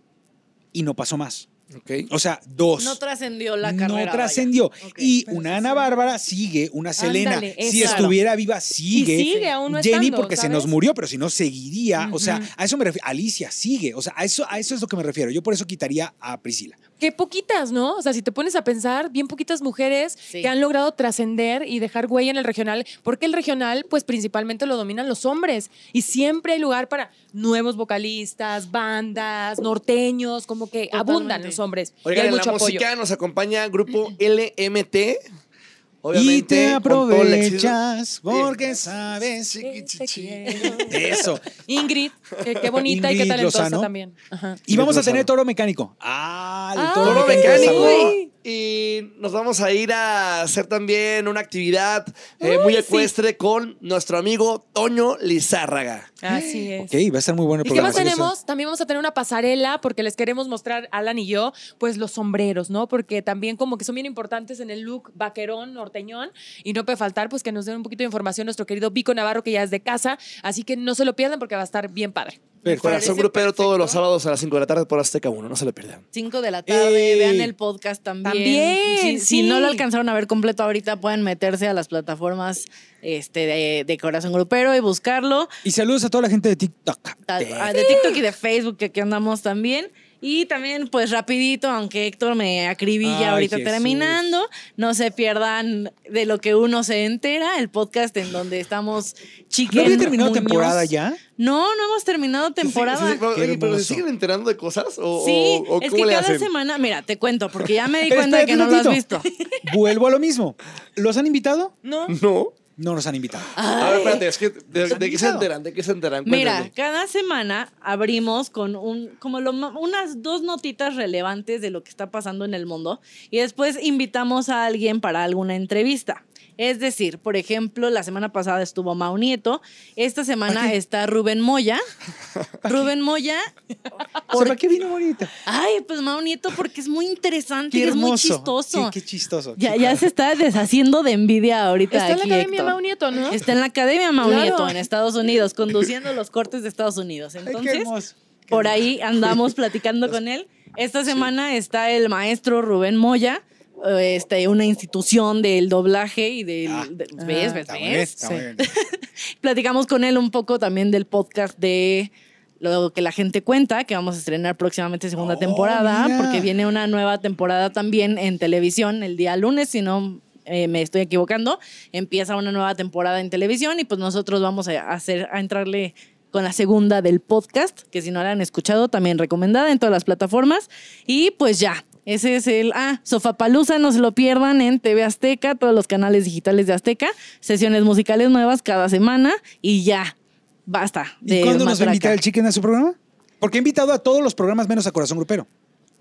[SPEAKER 2] Y no pasó más.
[SPEAKER 3] Ok.
[SPEAKER 2] O sea, dos.
[SPEAKER 4] No trascendió la
[SPEAKER 2] No
[SPEAKER 4] carrera.
[SPEAKER 2] trascendió.
[SPEAKER 4] vaya. Ok.
[SPEAKER 2] Y una Ana Bárbara sigue, una Selena,
[SPEAKER 1] Ándale,
[SPEAKER 2] si
[SPEAKER 1] exacto.
[SPEAKER 2] estuviera viva, sigue.
[SPEAKER 1] Y sigue, aún no
[SPEAKER 2] Jenny,
[SPEAKER 1] estando,
[SPEAKER 2] porque se
[SPEAKER 1] ¿sabes?
[SPEAKER 2] nos murió, pero si no, seguiría. O sea,
[SPEAKER 1] Ujú.
[SPEAKER 2] a eso me refiero. Alicia sigue. O sea, a eso, a eso es lo que me refiero. Yo por eso quitaría a Priscila.
[SPEAKER 1] Qué poquitas, ¿no? O sea, si te pones a pensar, bien poquitas mujeres
[SPEAKER 4] Sí.
[SPEAKER 1] que han logrado trascender y dejar huella en el regional, porque el regional, pues principalmente lo dominan los hombres y siempre hay lugar para nuevos vocalistas, bandas, norteños, como que
[SPEAKER 4] Totalmente.
[SPEAKER 1] abundan los hombres. Y
[SPEAKER 3] Oigan,
[SPEAKER 1] hay
[SPEAKER 3] en la
[SPEAKER 1] mucho apoyo.
[SPEAKER 3] música nos acompaña grupo LMT.
[SPEAKER 2] y te
[SPEAKER 3] con todo el éxito.
[SPEAKER 2] aprovechas porque sabes.
[SPEAKER 1] Que te
[SPEAKER 3] Chiquichichi.
[SPEAKER 1] quiero.
[SPEAKER 2] Eso.
[SPEAKER 1] Ingrid, que- qué bonita y qué
[SPEAKER 2] Ingrid
[SPEAKER 1] talentosa
[SPEAKER 2] Lozano.
[SPEAKER 1] también. Ajá.
[SPEAKER 2] Y vamos a tener
[SPEAKER 3] Lozano.
[SPEAKER 2] toro mecánico. Ah, el toro,
[SPEAKER 3] Toro
[SPEAKER 1] Ay,
[SPEAKER 3] mecánico.
[SPEAKER 1] Uy.
[SPEAKER 3] Y nos vamos a ir a hacer también una actividad eh, muy ecuestre con nuestro amigo Toño Lizárraga.
[SPEAKER 1] Así es.
[SPEAKER 2] Ok, va a estar muy bueno el
[SPEAKER 1] ¿Y qué
[SPEAKER 2] programa.
[SPEAKER 1] más tenemos? También vamos a tener una pasarela porque les queremos mostrar, Alan y yo, pues los sombreros, ¿no? Porque también como que son bien importantes en el look vaquerón, norteñón. Y no puede faltar, pues que nos den un poquito de información nuestro querido Vico Navarro, que ya es de casa. Así que no se lo pierdan porque va a estar bien padre.
[SPEAKER 3] Corazón
[SPEAKER 4] parece
[SPEAKER 3] grupero todos los
[SPEAKER 4] perfecto.
[SPEAKER 3] sábados a las 5 de la tarde por Azteca 1, no se lo pierdan.
[SPEAKER 4] 5 de la tarde,
[SPEAKER 2] ¡Ey!
[SPEAKER 4] vean el podcast Eh. también.
[SPEAKER 1] También,
[SPEAKER 4] si, si
[SPEAKER 1] sí.
[SPEAKER 4] no lo alcanzaron a ver completo ahorita, pueden meterse a las plataformas este, de, de Corazón Grupero y buscarlo.
[SPEAKER 2] Y saludos a toda la gente de TikTok.
[SPEAKER 4] Ta- ah, De TikTok y de Facebook, que aquí andamos también. Y también, pues rapidito, aunque Héctor me acribilla
[SPEAKER 2] Ay,
[SPEAKER 4] ahorita
[SPEAKER 2] Jesús.
[SPEAKER 4] terminando, no se pierdan de lo que uno se entera, el podcast en donde estamos chiquitos.
[SPEAKER 2] ¿No había terminado temporada ya?
[SPEAKER 4] No, no hemos terminado temporada.
[SPEAKER 3] Sí, sí, sí, oye,
[SPEAKER 2] Qué
[SPEAKER 3] pero ¿se
[SPEAKER 2] hermoso.
[SPEAKER 3] siguen enterando de cosas? ¿O,
[SPEAKER 4] Sí,
[SPEAKER 3] o- o
[SPEAKER 4] es
[SPEAKER 3] cómo
[SPEAKER 4] que
[SPEAKER 3] le
[SPEAKER 4] cada
[SPEAKER 3] hacen?
[SPEAKER 4] semana, mira, te cuento, porque ya me di
[SPEAKER 2] Pero
[SPEAKER 4] cuenta de que no
[SPEAKER 2] espérate
[SPEAKER 4] lo has
[SPEAKER 2] un
[SPEAKER 4] visto.
[SPEAKER 2] ratito. Vuelvo a lo mismo. ¿Los han invitado?
[SPEAKER 1] ¿No?
[SPEAKER 3] No.
[SPEAKER 2] No nos han invitado.
[SPEAKER 3] A ver,
[SPEAKER 4] Ay.
[SPEAKER 3] espérate, es que de, de qué se
[SPEAKER 2] invitado?
[SPEAKER 3] enteran, de qué se enteran.
[SPEAKER 4] Mira,
[SPEAKER 3] Cuéntame.
[SPEAKER 4] cada semana abrimos con un, como lo ma- unas dos notitas relevantes de lo que está pasando en el mundo y después invitamos a alguien para alguna entrevista. Es decir, por ejemplo, la semana pasada estuvo Mau Nieto, esta semana está Rubén Moya. Rubén Moya,
[SPEAKER 2] O sea, ¿Para qué vino bonito?
[SPEAKER 4] ay, pues Mau Nieto porque es muy interesante
[SPEAKER 2] Qué
[SPEAKER 4] y es
[SPEAKER 2] hermoso.
[SPEAKER 4] muy chistoso.
[SPEAKER 2] Qué, qué chistoso.
[SPEAKER 4] Ya, ya se está deshaciendo de envidia ahorita.
[SPEAKER 1] Está en la
[SPEAKER 4] aquí,
[SPEAKER 1] Academia
[SPEAKER 4] Héctor.
[SPEAKER 1] Mau Nieto, ¿no?
[SPEAKER 4] Está en la Academia Mau
[SPEAKER 1] Claro.
[SPEAKER 4] Nieto en Estados Unidos, conduciendo los cortes de Estados Unidos.
[SPEAKER 2] Ay, qué
[SPEAKER 4] Entonces,
[SPEAKER 2] hermoso. Qué
[SPEAKER 4] por
[SPEAKER 2] hermoso.
[SPEAKER 4] ahí andamos platicando con él. Esta semana está el maestro Rubén Moya, eh, este, una institución del doblaje y del...
[SPEAKER 2] Ah.
[SPEAKER 4] de- ¿Ves? ¿Ves?
[SPEAKER 2] Está muy bien,
[SPEAKER 4] ¿Ves?
[SPEAKER 2] está
[SPEAKER 4] Sí.
[SPEAKER 2] muy bien.
[SPEAKER 4] Platicamos con él un poco también del podcast de lo que la gente cuenta, que vamos a estrenar próximamente segunda
[SPEAKER 2] Oh,
[SPEAKER 4] temporada,
[SPEAKER 2] mira.
[SPEAKER 4] porque viene una nueva temporada también en televisión el día lunes, si no eh, me estoy equivocando, empieza una nueva temporada en televisión y pues nosotros vamos a hacer a entrarle con la segunda del podcast, que si no la han escuchado también recomendada en todas las plataformas y pues ya. Ese es el. Ah, Sofapalusa, no se lo pierdan en TV Azteca, todos los canales digitales de Azteca, sesiones musicales nuevas cada semana y ya. Basta.
[SPEAKER 2] ¿Y cuándo nos va a
[SPEAKER 4] matraca.
[SPEAKER 2] invitar el chicken a su programa? Porque he invitado a todos los programas menos a Corazón Grupero.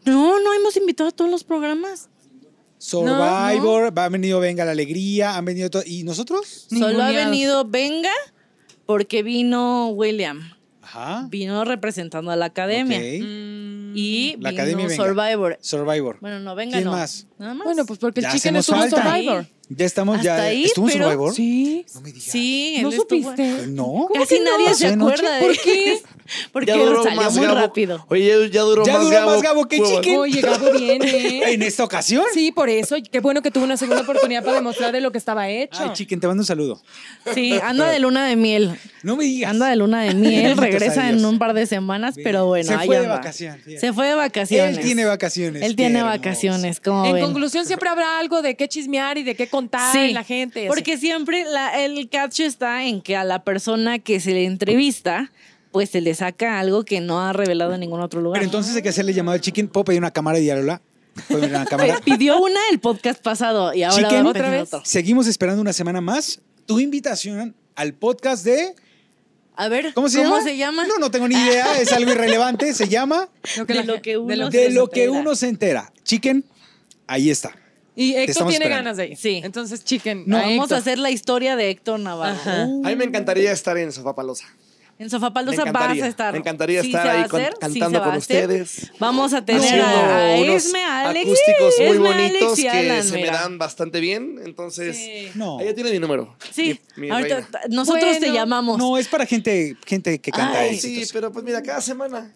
[SPEAKER 4] No, no hemos invitado a todos los programas.
[SPEAKER 2] Survivor, va- ha venido Venga la Alegría, han venido todo. ¿Y nosotros?
[SPEAKER 4] Solo ha
[SPEAKER 1] Ninguneados.
[SPEAKER 4] venido Venga porque vino William.
[SPEAKER 2] Ajá.
[SPEAKER 4] Vino representando a la academia.
[SPEAKER 2] Ok.
[SPEAKER 1] Mm.
[SPEAKER 4] Y
[SPEAKER 2] La
[SPEAKER 4] vino
[SPEAKER 2] academia Venga.
[SPEAKER 4] Survivor.
[SPEAKER 2] Survivor.
[SPEAKER 4] Bueno, no, Venga
[SPEAKER 2] ¿Quién
[SPEAKER 4] no.
[SPEAKER 2] más?
[SPEAKER 4] Nada más.
[SPEAKER 1] Bueno, pues porque el
[SPEAKER 2] Ya
[SPEAKER 1] chicken es
[SPEAKER 2] hacemos
[SPEAKER 1] un
[SPEAKER 2] falta.
[SPEAKER 1] survivor.
[SPEAKER 2] Ya estamos, ya. eh,
[SPEAKER 4] Hasta ahí,
[SPEAKER 2] ¿Estuvo en
[SPEAKER 4] pero-
[SPEAKER 2] Survivor?
[SPEAKER 1] Sí.
[SPEAKER 2] No me digas.
[SPEAKER 4] Sí,
[SPEAKER 1] ¿No
[SPEAKER 4] él estuvo-
[SPEAKER 1] supiste?
[SPEAKER 2] No.
[SPEAKER 4] Casi
[SPEAKER 1] que no?
[SPEAKER 4] nadie se
[SPEAKER 2] ¿Ayer noche?
[SPEAKER 4] acuerda de
[SPEAKER 1] ¿Por qué?
[SPEAKER 4] Porque
[SPEAKER 3] Ya duró
[SPEAKER 4] salió
[SPEAKER 3] más
[SPEAKER 4] muy
[SPEAKER 3] Gabo.
[SPEAKER 4] rápido.
[SPEAKER 3] Oye, ya duró
[SPEAKER 2] Ya
[SPEAKER 3] más
[SPEAKER 2] duró
[SPEAKER 3] Gabo.
[SPEAKER 2] más Gabo que
[SPEAKER 3] Huevón.
[SPEAKER 2] Chicken.
[SPEAKER 1] Oye, Gabo viene.
[SPEAKER 2] En esta ocasión.
[SPEAKER 1] Sí, por eso. Qué bueno que tuvo una segunda oportunidad para demostrar de lo que estaba hecho.
[SPEAKER 2] Ay, Chicken, te mando un saludo.
[SPEAKER 4] Sí, anda de luna de miel.
[SPEAKER 2] No me digas.
[SPEAKER 4] Anda de luna de miel,
[SPEAKER 2] Benditos
[SPEAKER 4] regresa
[SPEAKER 2] a Dios.
[SPEAKER 4] en un par de semanas, pero bueno,
[SPEAKER 2] Se
[SPEAKER 4] ahí
[SPEAKER 2] fue de
[SPEAKER 4] anda.
[SPEAKER 2] vacación, fíjate.
[SPEAKER 4] Se fue de vacaciones.
[SPEAKER 2] Él tiene vacaciones.
[SPEAKER 4] Él tiene
[SPEAKER 2] Qué hermoso.
[SPEAKER 4] vacaciones, como
[SPEAKER 1] en
[SPEAKER 4] ven.
[SPEAKER 1] conclusión, siempre habrá algo de qué chismear y de qué contar
[SPEAKER 4] Sí,
[SPEAKER 1] en la gente.
[SPEAKER 4] Porque siempre la- el catch está en que a la persona que se le entrevista, pues se le saca algo que no ha revelado en ningún otro lugar.
[SPEAKER 2] Pero entonces hay que hacerle llamado al Chicken. ¿Puedo pedir una cámara y diálogo? ¿Puedo pedir una cámara?
[SPEAKER 4] Pidió una el podcast pasado y ahora
[SPEAKER 2] Chicken,
[SPEAKER 4] va a
[SPEAKER 2] otra
[SPEAKER 4] pedir
[SPEAKER 1] vez.
[SPEAKER 4] otro.
[SPEAKER 2] Seguimos esperando una semana más. Tu invitación al podcast de.
[SPEAKER 4] A ver,
[SPEAKER 2] ¿Cómo se llama? No, no tengo ni idea. Es algo irrelevante. Se llama
[SPEAKER 1] así.
[SPEAKER 4] de lo que uno No
[SPEAKER 2] De
[SPEAKER 4] se
[SPEAKER 2] lo que
[SPEAKER 4] entera.
[SPEAKER 2] uno se entera. Chicken, ahí está.
[SPEAKER 1] Y Héctor
[SPEAKER 2] estamos
[SPEAKER 1] tiene
[SPEAKER 2] esperando.
[SPEAKER 1] ganas de ir.
[SPEAKER 4] Sí.
[SPEAKER 1] Entonces, chicken.
[SPEAKER 4] No, vamos
[SPEAKER 1] Héctor.
[SPEAKER 4] a hacer la historia de Héctor Navarro.
[SPEAKER 1] Ajá.
[SPEAKER 3] A mí me encantaría estar en Sofá Palosa.
[SPEAKER 4] En Sofapalooza
[SPEAKER 3] Me
[SPEAKER 4] vas
[SPEAKER 3] encantaría,
[SPEAKER 4] a estar.
[SPEAKER 3] me encantaría
[SPEAKER 4] Sí
[SPEAKER 3] estar
[SPEAKER 4] se va
[SPEAKER 3] ahí
[SPEAKER 4] a
[SPEAKER 3] con-
[SPEAKER 4] hacer, sí
[SPEAKER 3] cantando
[SPEAKER 4] se va
[SPEAKER 3] con
[SPEAKER 4] a hacer.
[SPEAKER 3] ustedes.
[SPEAKER 4] Vamos a tener
[SPEAKER 3] haciendo
[SPEAKER 4] a, a
[SPEAKER 3] unos
[SPEAKER 4] Esme, a Alex.
[SPEAKER 3] acústicos muy
[SPEAKER 4] Esme, Alex
[SPEAKER 3] bonitos
[SPEAKER 4] y
[SPEAKER 3] que
[SPEAKER 4] Alan,
[SPEAKER 3] se me
[SPEAKER 4] mira.
[SPEAKER 3] dan bastante bien. Entonces,
[SPEAKER 1] Sí.
[SPEAKER 2] No.
[SPEAKER 3] ella tiene mi número.
[SPEAKER 4] Sí,
[SPEAKER 3] mi- mi
[SPEAKER 4] ahorita
[SPEAKER 3] reina.
[SPEAKER 4] t- nosotros te
[SPEAKER 1] Bueno,
[SPEAKER 4] llamamos.
[SPEAKER 2] No, es para gente, gente que canta.
[SPEAKER 4] Ay,
[SPEAKER 3] Ay, sí,
[SPEAKER 2] éxitos.
[SPEAKER 3] pero pues mira, cada semana.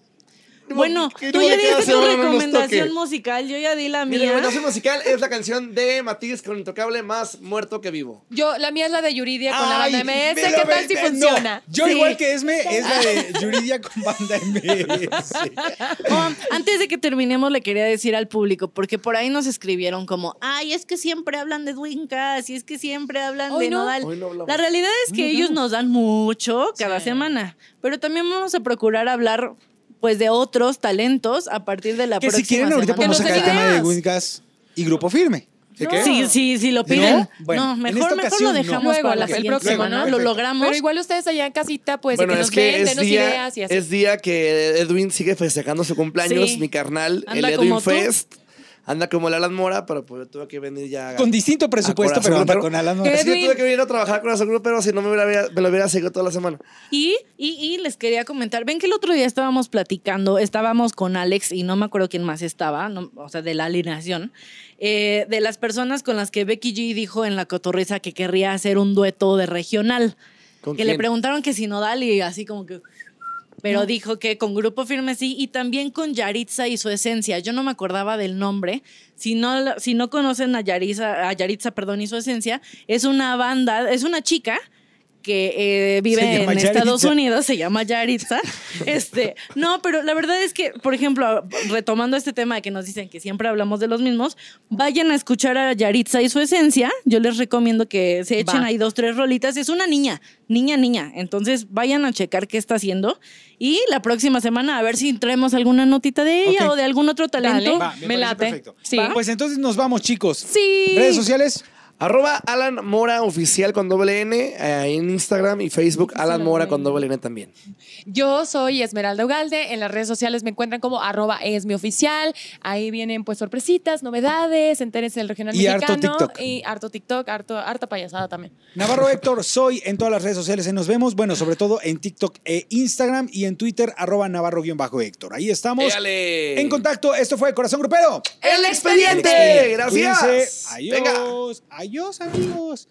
[SPEAKER 4] Bueno,
[SPEAKER 3] Que
[SPEAKER 4] tú
[SPEAKER 3] no
[SPEAKER 4] ya
[SPEAKER 3] le queda
[SPEAKER 4] diste tu
[SPEAKER 3] semana, no nos
[SPEAKER 4] recomendación
[SPEAKER 3] toque.
[SPEAKER 4] musical, yo ya di la
[SPEAKER 3] Mi
[SPEAKER 4] mía.
[SPEAKER 3] recomendación musical es la canción de Matiz con Intocable, más muerto que vivo.
[SPEAKER 1] Yo, la mía es la de Yuridia con
[SPEAKER 2] Ay,
[SPEAKER 1] la banda MS.
[SPEAKER 2] me lo
[SPEAKER 1] ¿Qué tal si
[SPEAKER 2] venden.
[SPEAKER 1] funciona?
[SPEAKER 2] No, yo
[SPEAKER 4] Sí.
[SPEAKER 2] igual que Esme, es la de Yuridia con banda MS.
[SPEAKER 4] Oh, antes de que terminemos, le quería decir al público, porque por ahí nos escribieron como, ay, es que siempre hablan de Dwinkas, y es que siempre hablan
[SPEAKER 1] Hoy
[SPEAKER 4] de
[SPEAKER 1] no.
[SPEAKER 4] Nodal.
[SPEAKER 3] Hoy no hablamos.
[SPEAKER 4] La realidad es que ellos nos dan mucho cada
[SPEAKER 1] Sí.
[SPEAKER 4] semana, pero también vamos a procurar hablar pues de otros talentos a partir de la
[SPEAKER 2] que si
[SPEAKER 4] próxima
[SPEAKER 2] quieren, ahorita
[SPEAKER 4] semana.
[SPEAKER 2] podemos
[SPEAKER 1] Que nos
[SPEAKER 2] sacar el
[SPEAKER 1] den
[SPEAKER 2] tema de
[SPEAKER 1] ideas.
[SPEAKER 2] Wingas y Grupo Firme.
[SPEAKER 1] ¿De
[SPEAKER 4] No. Sí, sí, sí, lo piden. No,
[SPEAKER 2] Bueno, en
[SPEAKER 4] mejor,
[SPEAKER 2] esta
[SPEAKER 4] mejor
[SPEAKER 2] ocasión,
[SPEAKER 4] lo
[SPEAKER 2] no.
[SPEAKER 4] dejamos
[SPEAKER 1] Luego,
[SPEAKER 4] para la
[SPEAKER 1] el
[SPEAKER 4] siguiente
[SPEAKER 1] próximo,
[SPEAKER 4] semana.
[SPEAKER 1] ¿no?
[SPEAKER 4] Lo
[SPEAKER 2] Perfecto.
[SPEAKER 4] logramos.
[SPEAKER 1] Pero igual ustedes allá en casita, pues,
[SPEAKER 3] bueno,
[SPEAKER 1] que
[SPEAKER 3] es
[SPEAKER 1] nos
[SPEAKER 3] que
[SPEAKER 1] ven,
[SPEAKER 3] es
[SPEAKER 1] denos
[SPEAKER 3] día,
[SPEAKER 1] ideas y así.
[SPEAKER 3] es día que Edwin sigue festejando su cumpleaños,
[SPEAKER 4] Sí.
[SPEAKER 3] mi carnal,
[SPEAKER 4] Anda
[SPEAKER 3] el
[SPEAKER 4] como
[SPEAKER 3] Edwin
[SPEAKER 4] tú.
[SPEAKER 3] Fest. Anda como el Alan Mora, pero pues yo tuve que venir ya.
[SPEAKER 2] Con distinto presupuesto, pero anda
[SPEAKER 3] Ah, Corazón,
[SPEAKER 2] con Alan.
[SPEAKER 1] ¿Qué?
[SPEAKER 3] Es que
[SPEAKER 1] Edwin.
[SPEAKER 3] tuve que venir a trabajar con Corazón Grupo, pero si no me, hubiera, me lo hubiera seguido toda la semana.
[SPEAKER 4] Y, y, y les quería comentar, ven que el otro día estábamos platicando, estábamos con Alex y no me acuerdo quién más estaba, no- o sea, de la alineación, eh, de las personas con las que Becky G dijo en la cotorriza que querría hacer un dueto de regional, que
[SPEAKER 3] ¿Con
[SPEAKER 4] le
[SPEAKER 3] quién?
[SPEAKER 4] preguntaron que si Nodal y así como que... Pero dijo que con Grupo Firme sí y también con Yaritza y su esencia. Yo no me acordaba del nombre. Si no, la- si no conocen a Yaritza, a Yaritza perdón, y su esencia, es una banda, es una chica que eh,
[SPEAKER 2] Se
[SPEAKER 4] vive en
[SPEAKER 2] llama
[SPEAKER 4] Estados
[SPEAKER 2] Yaritza.
[SPEAKER 4] Unidos, se llama Yaritza. este, no, pero la verdad es que, por ejemplo, retomando este tema de que nos dicen que siempre hablamos de los mismos, vayan a escuchar a Yaritza y su esencia. Yo les recomiendo que se echen
[SPEAKER 1] Va.
[SPEAKER 4] ahí dos, tres rolitas. Es una niña, niña, niña. Entonces vayan a checar qué está haciendo. Y la próxima semana a ver si traemos alguna notita de ella
[SPEAKER 2] Ok.
[SPEAKER 4] o de algún otro
[SPEAKER 1] Dale.
[SPEAKER 4] talento.
[SPEAKER 1] Va. me late.
[SPEAKER 2] Perfecto.
[SPEAKER 1] Sí.
[SPEAKER 2] Pues entonces nos vamos, chicos.
[SPEAKER 1] Sí.
[SPEAKER 2] Redes sociales.
[SPEAKER 3] Arroba Alan Mora Oficial con doble N eh, en Instagram y Facebook
[SPEAKER 1] Oficial
[SPEAKER 3] Alan Mora con
[SPEAKER 1] doble N.
[SPEAKER 3] doble N también.
[SPEAKER 1] Yo soy Esmeralda Ugalde. En las redes sociales me encuentran como arroba es mi oficial. Ahí vienen pues sorpresitas, novedades, entérense del regional
[SPEAKER 2] Y harto
[SPEAKER 1] mexicano.
[SPEAKER 2] TikTok.
[SPEAKER 1] Y harto TikTok, harto, harta payasada también.
[SPEAKER 2] Navarro Héctor, soy en todas las redes sociales en Nos Vemos, bueno, sobre todo en TikTok e Instagram y en Twitter, arroba Navarro-Héctor. Ahí estamos.
[SPEAKER 3] ¡Éale!
[SPEAKER 2] En contacto, esto fue Corazón Grupero.
[SPEAKER 3] ¡El expediente!
[SPEAKER 2] Cuídense.
[SPEAKER 3] ¡Gracias!
[SPEAKER 2] Adiós. Adiós, amigos.